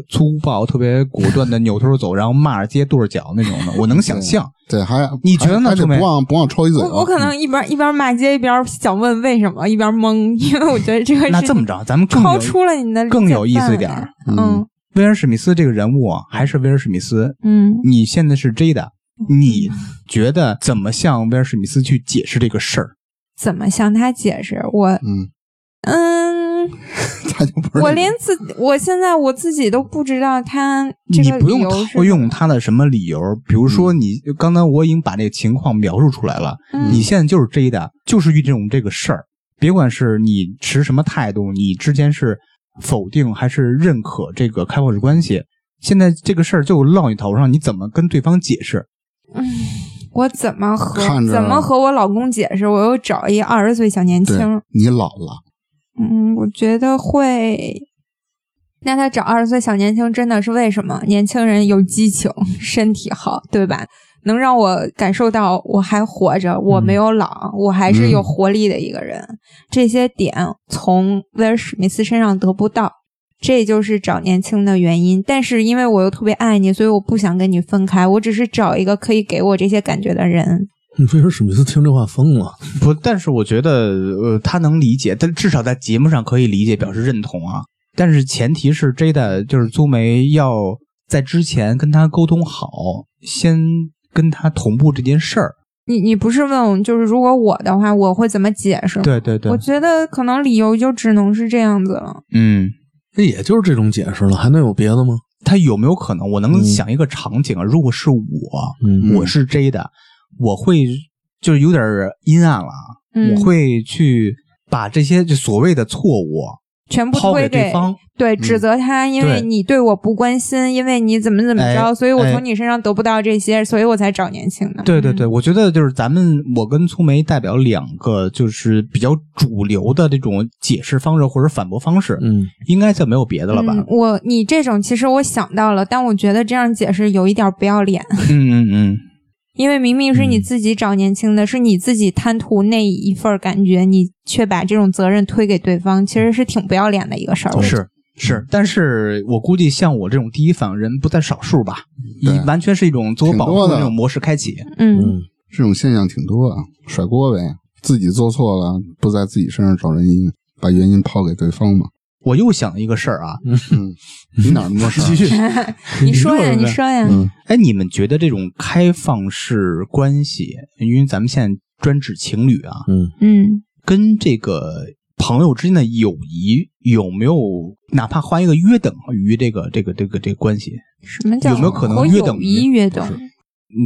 A: 粗暴、特别果断的扭头走，然后骂着街跺着脚那种的，我能想象。
D: 对，还
A: 你觉得呢
D: 还还得
A: 春梅
D: 不忘不忘抽一嘴啊，
E: 我我可
A: 嗯
E: 能一边一边骂街一边想问为什么，一边懵，因为我觉得这个
A: 那
E: 是
A: 这么着，咱们更
E: 超
A: 有
E: 出了你的理解
A: 更有意思一点
E: 范围
A: 儿。
E: 嗯
A: 威尔史密斯这个人物啊，还是威尔史密斯，
E: 嗯，
A: 你现在是 Jada，你觉得怎么向威尔史密斯去解释这个事儿？
E: 怎么向他解释？我
D: 嗯，
E: 嗯，
D: 他就不是
E: 我连自我现在我自己都不知道他这
A: 你
E: 个
A: 不
E: 理
A: 用
E: 由是
A: 套用他的什么理由，比如说你刚才我已经把这个情况描述出来了，
E: 嗯
A: 你现在就是 Jada，就是遇这种这个事儿，别管是你持什么态度，你之前是否定还是认可这个开放式关系，现在这个事儿就落你头上，你怎么跟对方解释？
E: 我怎么和
D: 看着
E: 怎
A: 啊
E: 么和我老公解释？我又找一二十岁小年
D: 对
E: 轻，
D: 你老了，
E: 嗯，我觉得会。那他找二十岁小年轻真的是为什么？年轻人有激情，身体好，对吧？能让我感受到我还活着，我没有老，我还是有活力的一个人。这些点从威尔史密斯身上得不到，这就是找年轻的原因。但是因为我又特别爱你，所以我不想跟你分开，我只是找一个可以给我这些感觉的人。
B: 你威尔史密斯听这话疯了，
A: 不，但是我觉得呃，他能理解，但至少在节目上可以理解，表示认同啊。但是前提是 Jada 就是苏梅要在之前跟他沟通好，先跟他同步这件事儿。
E: 你你不是问，就是如果我的话，我会怎么解释吗？
A: 对对对
E: 我，觉得可能理由就只能是这样子了。
A: 嗯，
B: 那也就是这种解释了，还能有别的吗？
A: 他有没有可能？我能
B: 嗯
A: 想一个场景啊，如果是我，
B: 嗯
A: 我是 J 的，我会就是有点阴暗了啊，
E: 嗯，
A: 我会去把这些就所谓的错误
E: 全部
A: 抛
E: 推
A: 给对
E: 给
A: 方。嗯
E: 对指责他，因为
A: 对
E: 你对我不关心，因为你怎么怎么
A: 哎
E: 着，所以我
A: 哎
E: 从你身上得不到这些，所以我才找年轻的。
A: 对对对，
E: 嗯，
A: 我觉得就是咱们，我跟粗梅代表两个就是比较主流的这种解释方式或者反驳方式，
B: 嗯，
A: 应该就没有别的了吧？
E: 嗯我你这种其实我想到了，但我觉得这样解释有一点不要脸，
A: 嗯 嗯 嗯，
E: 因为明明是你自己找年轻的，是你自己贪图那一份儿感觉，你却把这种责任推给对方，其实是挺不要脸的一个事儿。
A: 是是，但是我估计像我这种第一反应人不在少数吧，
D: 对
A: 以完全是一种自我保
D: 挺
A: 护
D: 多的
A: 的那种模式开启。
E: 嗯，
D: 这种现象挺多啊，甩锅呗，自己做错了不在自己身上找原因，把原因抛给对方嘛，
A: 我又想了一个事儿啊，
D: 嗯，你哪儿那么多事儿？
B: 继续，
E: 你说呀，
A: 你乐什么呀
E: 你说呀，
D: 嗯
A: 哎，你们觉得这种开放式关系，因为咱们现在专指情侣啊，
B: 嗯，
E: 嗯，
A: 跟这个朋友之间的友谊有没有哪怕画一个约等于这个这个这个这个关系？
E: 什么叫
A: 有没有可能
E: 和
A: 约等
E: 友
A: 于
E: 谊约等于？
A: 嗯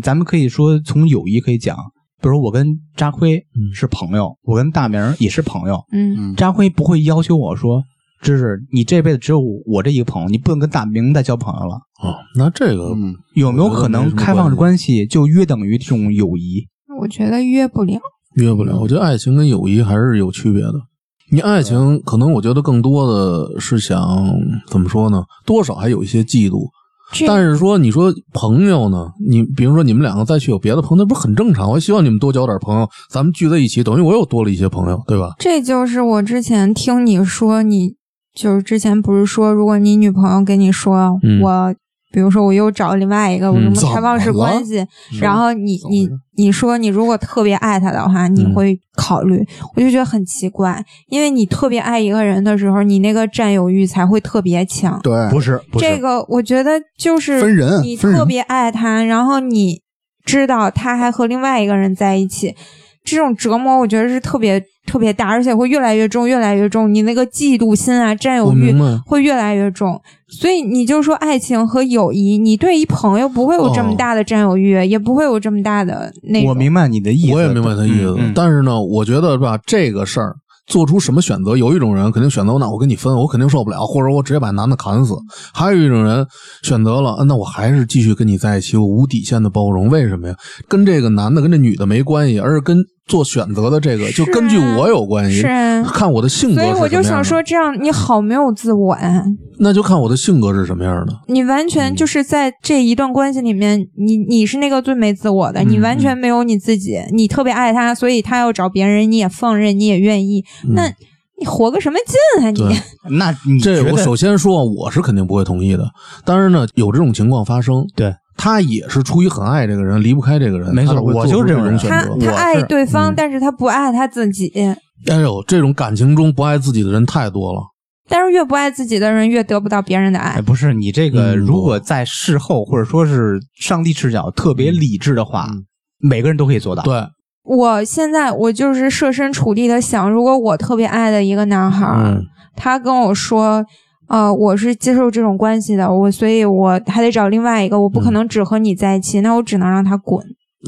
A: 咱们可以说从友谊可以讲，比如我跟扎辉
B: 嗯
A: 是朋友，我跟大明儿也是朋友，
E: 嗯
D: 嗯，
A: 扎辉不会要求我说。就是你这辈子只有我这一个朋友，你不能跟大明再交朋友了。
B: 哦，那这个
D: 嗯
A: 有没有可
B: 我觉得没
A: 能
B: 什么
A: 开放式
B: 关
A: 关系就约等于这种友谊？
B: 嗯
E: 我觉得约不了。
B: 约不了。我觉得爱情跟友谊还是有区别的。你爱情可能我觉得更多的是想怎么说呢？多少还有一些嫉妒，
E: 这
B: 但是说你说朋友呢，你比如说你们两个再去有别的朋友，那不是很正常？我希望你们多交点朋友，咱们聚在一起，等于我又多了一些朋友，对吧？
E: 这就是我之前听你说，你就是之前不是说，如果你女朋友跟你说、
B: 嗯
E: 我，比如说我又找另外一个，我
B: 嗯
E: 什
B: 怎
E: 么开放式
B: 么了
E: 关系，然后你
D: 怎么
E: 你
D: 回
E: 你说你如果特别爱他的话，你
B: 嗯
E: 会考虑，我就觉得很奇怪，因为你特别爱一个人的时候，你那个占有欲才会特别强。
D: 对，
A: 不是，不是，
E: 这个我觉得就是
D: 分人
E: 你
D: 分人
E: 特别爱他，然后你知道他还和另外一个人在一起，这种折磨我觉得是特别特别大，而且会越来越重，越来越重。你那个嫉妒心啊，占有
B: 我
E: 欲
B: 明白。
E: 会越来越重，所以你就说爱情和友谊，你对一朋友不会有这么
B: 哦
E: 大的占有欲，也不会有这么大的那种。
A: 我明白你的意思，
B: 我也明白他意思，
A: 嗯嗯
B: 但是呢，我觉得吧，这个事儿做出什么选择，有一种人肯定选择那我跟你分，我肯定受不了，或者我直接把男的砍死；还有一种人选择了，啊那我还是继续跟你在一起，我无底线的包容。为什么呀？跟这个男的跟这女的没关系，而是跟做选择的这个
E: 是
B: 就
E: 啊
B: 根据我有关系
E: 是，啊
B: 看我的性格
E: 所
B: 是什
E: 以
B: 么样的。
E: 我就想说，这样你好没有自我呀、
B: 那就看我的性格是什么样的。
E: 你完
B: 嗯
E: 全就是在这一段关系里面，你你是那个最没自我的，
B: 嗯
E: 你完全没有你自己，你特别爱他，所以他要找别人，你也放任，你也愿意，
B: 嗯
E: 那你活个什么劲啊
B: 对
E: 你？
A: 那你觉
B: 这
A: 得
B: 我首先说，我是肯定不会同意的。当然呢，有这种情况发生，
A: 对
B: 他也是出于很爱这个人，离不开这个人。
A: 没错
B: 他才会
A: 我就
B: 做
A: 是
B: 出这
A: 这种人
B: 选
E: 他
B: 择。
E: 他
A: 我
E: 爱
A: 是
E: 对方，
B: 嗯
E: 但是他不爱他自己，
B: 哎呦，这种感情中不爱自己的人太多了。
E: 但是越不爱自己的人，越得不到别人的爱
A: 哎，。不是你这个，
B: 嗯
A: 如果在事后或者说是上帝视角特别理智的话，
B: 嗯
A: 每个人都可以做到。
B: 对，
E: 我现在我就是设身处地的想，如果我特别爱的一个男孩儿，
B: 嗯，
E: 他跟我说，呃，我是接受这种关系的，我所以我还得找另外一个，我不
D: 嗯
E: 可能只和你在一起，那我只能让他滚。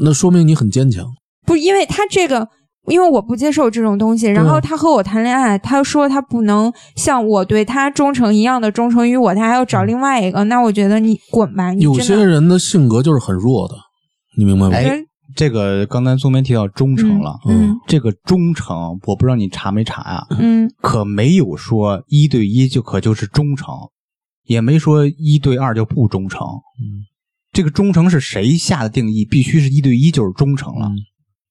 B: 那说明你很坚强。
E: 不，因为他这个，因为我不接受这种东西。然后他和我谈恋爱，他说他不能像我对他忠诚一样的忠诚于我，他还要
D: 嗯
E: 找另外一个。那我觉得你滚吧，你
B: 有
E: 真
B: 些
E: 的。
B: 人的性格就是很弱的，你明白吗？
A: 哎这个刚才宗明提到忠诚了，
E: 嗯
A: 这个忠诚我不知道你查没查啊，
E: 嗯，
A: 可没有说一对一就可就是忠诚，也没说一对二就不忠诚。
B: 嗯
A: 这个忠诚是谁下的定义？必须是一对一就是忠诚了。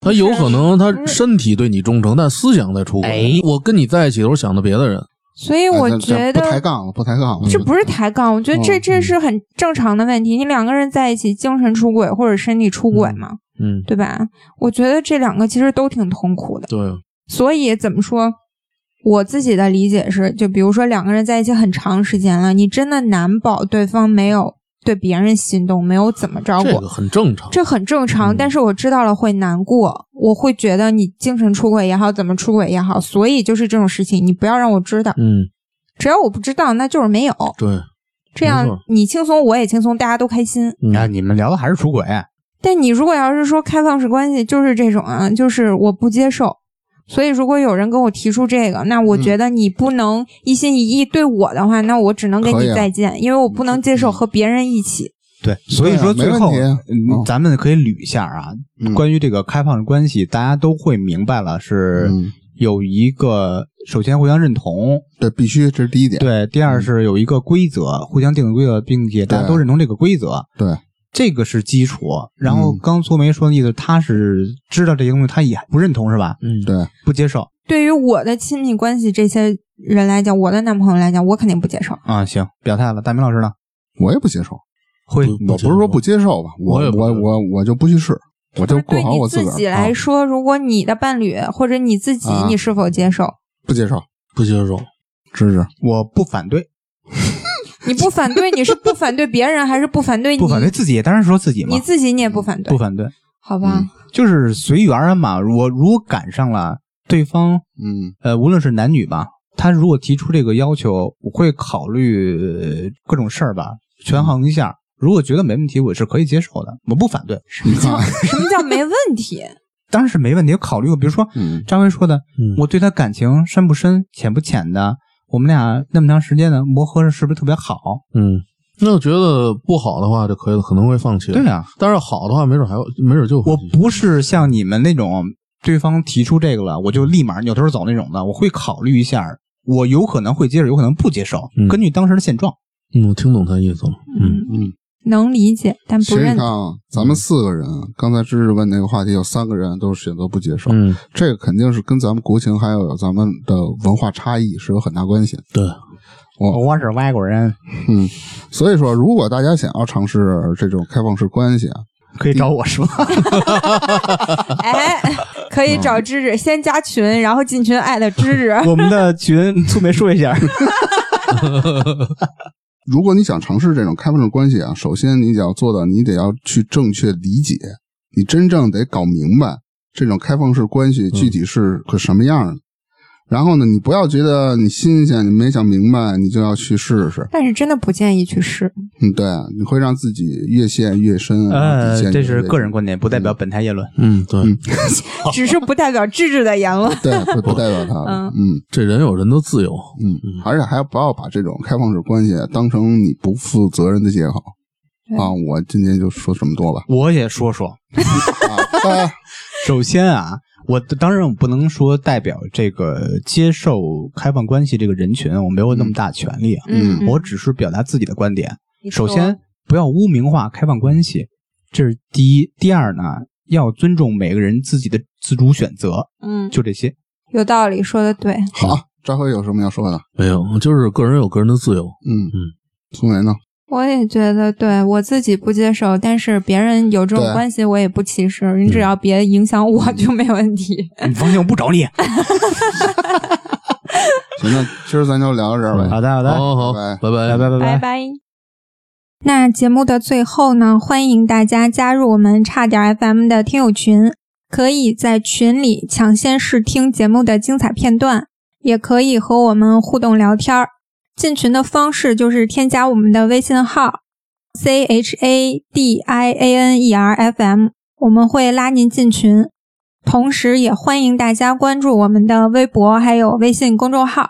B: 他有可能他
E: 啊
B: 身体对你忠诚，但思想在出轨。
A: 哎
B: 我跟你在一起的时候想的别的人，
E: 所以
D: 哎
E: 我
D: 咱咱
E: 觉
D: 不抬
E: 得。
D: 杠了，不抬杠
B: 嗯
D: 了。
E: 这不是抬杠，我觉得这这是很正常的问题。你两个人在一起，精神出轨或者身体出轨嘛，
B: 嗯，
E: 对吧？我觉得这两个其实都挺痛苦的。
A: 啊
B: 对，
E: 所以怎么说？我自己的理解是，就比如说两个人在一起很长时间了，你真的难保对方没有对别人心动，没有怎么着
B: 这
E: 过
B: 个，很正常。
E: 这很正常。
B: 嗯
E: 但是我知道了会难过，我会觉得你精神出轨也好，怎么出轨也好，所以就是这种事情，你不要让我知道。
B: 嗯，
E: 只要我不知道，那就是没有。
B: 对，没
E: 这样
B: 错
E: 你轻松，我也轻松，大家都开心。
B: 嗯
A: 啊，你们聊的还是出轨，
E: 但你如果要是说开放式关系，就是这种啊，就是我不接受。所以如果有人跟我提出这个，那
D: 嗯
E: 我觉得你不能一心一意对我的话，那我只能跟
D: 可
E: 你
D: 以啊嗯
E: 再见，因为我不能接受和别人一起。
A: 对，所以
D: 对啊
A: 说
D: 没
A: 最后，
D: 问题啊
A: 嗯
D: 嗯
A: 咱们可以捋一下啊，
D: 嗯
A: 关于这个开放式关系，大家都会明白了，是
D: 嗯
A: 有一个首先互相认同，
D: 这必须，这是第一点。
A: 对，第二是有一个规则，互相定的规则，并且大家都认同这个规则，
D: 对，
A: 这个是基础。然后
D: 嗯
A: 刚苏梅说的意思，他是知道这个东西，他也不认同是吧？
B: 嗯，
D: 对
A: 不接受
E: 对于我的亲密关系这些人来讲，我的男朋友来讲，我肯定不接受。
A: 啊，行，表态了。大明老师呢？
D: 我也不接受，
A: 会
B: 不
D: 我不是说不接受吧，我
B: 我也不
D: 我
B: 接受
D: 我我就不去试，我就
E: 就是
D: 过
E: 对
D: 好
E: 你
D: 我
E: 自
D: 个
E: 己
D: 儿，啊
E: 来说，如果你的伴侣或者你自己，
D: 啊
E: 你是否接受？
D: 不接受，
B: 不接受。嗯
D: 支持。
A: 我不反对，
E: 你不反对，你是不反对别人，还是不反对你？
A: 不反对自己，当然说自己嘛
E: 你，自己你也不反对
A: 不，反对，
E: 好吧？
D: 嗯
A: 就是随缘儿嘛。我如果赶上了对方，
D: 嗯，
A: 呃，无论是男女吧，他如果提出这个要求，我会考虑呃各种事儿吧，权衡一下。如果觉得没问题，我是可以接受的，我不反对，
D: 你看，
E: 什么叫没问题？
A: 当然是没问题。考虑过，比如说
D: 嗯，
A: 张辉说的，
B: 嗯，
A: 我对他感情深不深、浅不浅的，我们俩那么长时间的磨合是不是特别好？
B: 嗯，那我觉得不好的话就可以了，可能会放弃。
A: 对，啊，
B: 但是好的话，没准还有，没准就
A: 我不是像你们那种对方提出这个了，我就立马扭头走那种的，我会考虑一下，我有可能会接受，有可能不接受，
B: 嗯
A: 根据当时的现状。
B: 嗯，我听懂他意思了。嗯，
D: 嗯，
E: 能理解，但不
D: 其实你
E: 认
D: 看
E: 同。
D: 啊，咱们四个人，刚才知识问那个话题，有三个人都是选择不接受，
B: 嗯，
D: 这个肯定是跟咱们国情还有咱们的文化差异是有很大关系的。
B: 对，
D: 哦
A: 我是外国人，
D: 所以说，如果大家想要尝试这种开放式关系啊，
A: 可以找我说。
E: 哎， 可以找芝芝，先加群，然后进群艾特芝芝。
A: 我们的群粗眉说一 下，
D: 如果你想尝试这种开放式关系啊，首先你得要做到，你得要去正确理解，你真正得搞明白这种开放式关
A: 嗯
D: 系具体是个什么样的。然后呢，你不要觉得你新鲜，你没想明白，你就要去试试。
E: 但是真的不建议去试，
D: 嗯，对，你会让自己越陷越深。
A: 呃，这是个人
D: 观，
A: 观点，不代表本台言论。
B: 嗯，对，
D: 嗯
E: 只是不代表芝芝的言论。
D: 对，不不代表他。
E: 嗯
D: 嗯
B: 这人有人的自由。
D: 嗯，而且还要不要把这种开放式关系当成你不负责任的借口
E: 对
D: 啊？我今天就说这么多吧。
A: 我也说说，
D: 啊，拜拜
A: 首先啊，我当然我不能说代表这个接受开放关系这个人群，我没有那么大权利啊，
D: 嗯
A: 我只是表达自己的观点。
E: 你说
A: 首先，不要污名化开放关系，这是第一。第二呢，要尊重每个人自己的自主选择，
E: 嗯，
A: 就这些。
E: 有道理，说的对。
D: 好，张辉有什么要说的？
B: 没有，就是个人有个人的自由。
D: 嗯
B: 嗯，
D: 苏梅呢？
E: 我也觉得对我自己不接受，但是别人有这种
D: 对
E: 关系，我也不歧视。你只要别影响我就没问题。
A: 你放心，我不找 你。
D: 行，那今儿咱就聊到这儿呗。
A: 好的，好的，
B: 好好，
D: 拜
B: 拜拜
A: 哦拜拜拜
E: 拜拜。那节目的最后呢，欢迎大家加入我们差点 FM 的听友群，可以在群里抢先试听节目的精彩片段，也可以和我们互动聊天儿。进群的方式就是添加我们的微信号 c h a d i a n e r f m，我们会拉您进群。同时，也欢迎大家关注我们的微博还有微信公众号。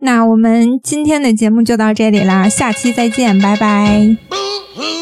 E: 那我们今天的节目就到这里啦，下期再见，拜拜。
C: Boo hoo.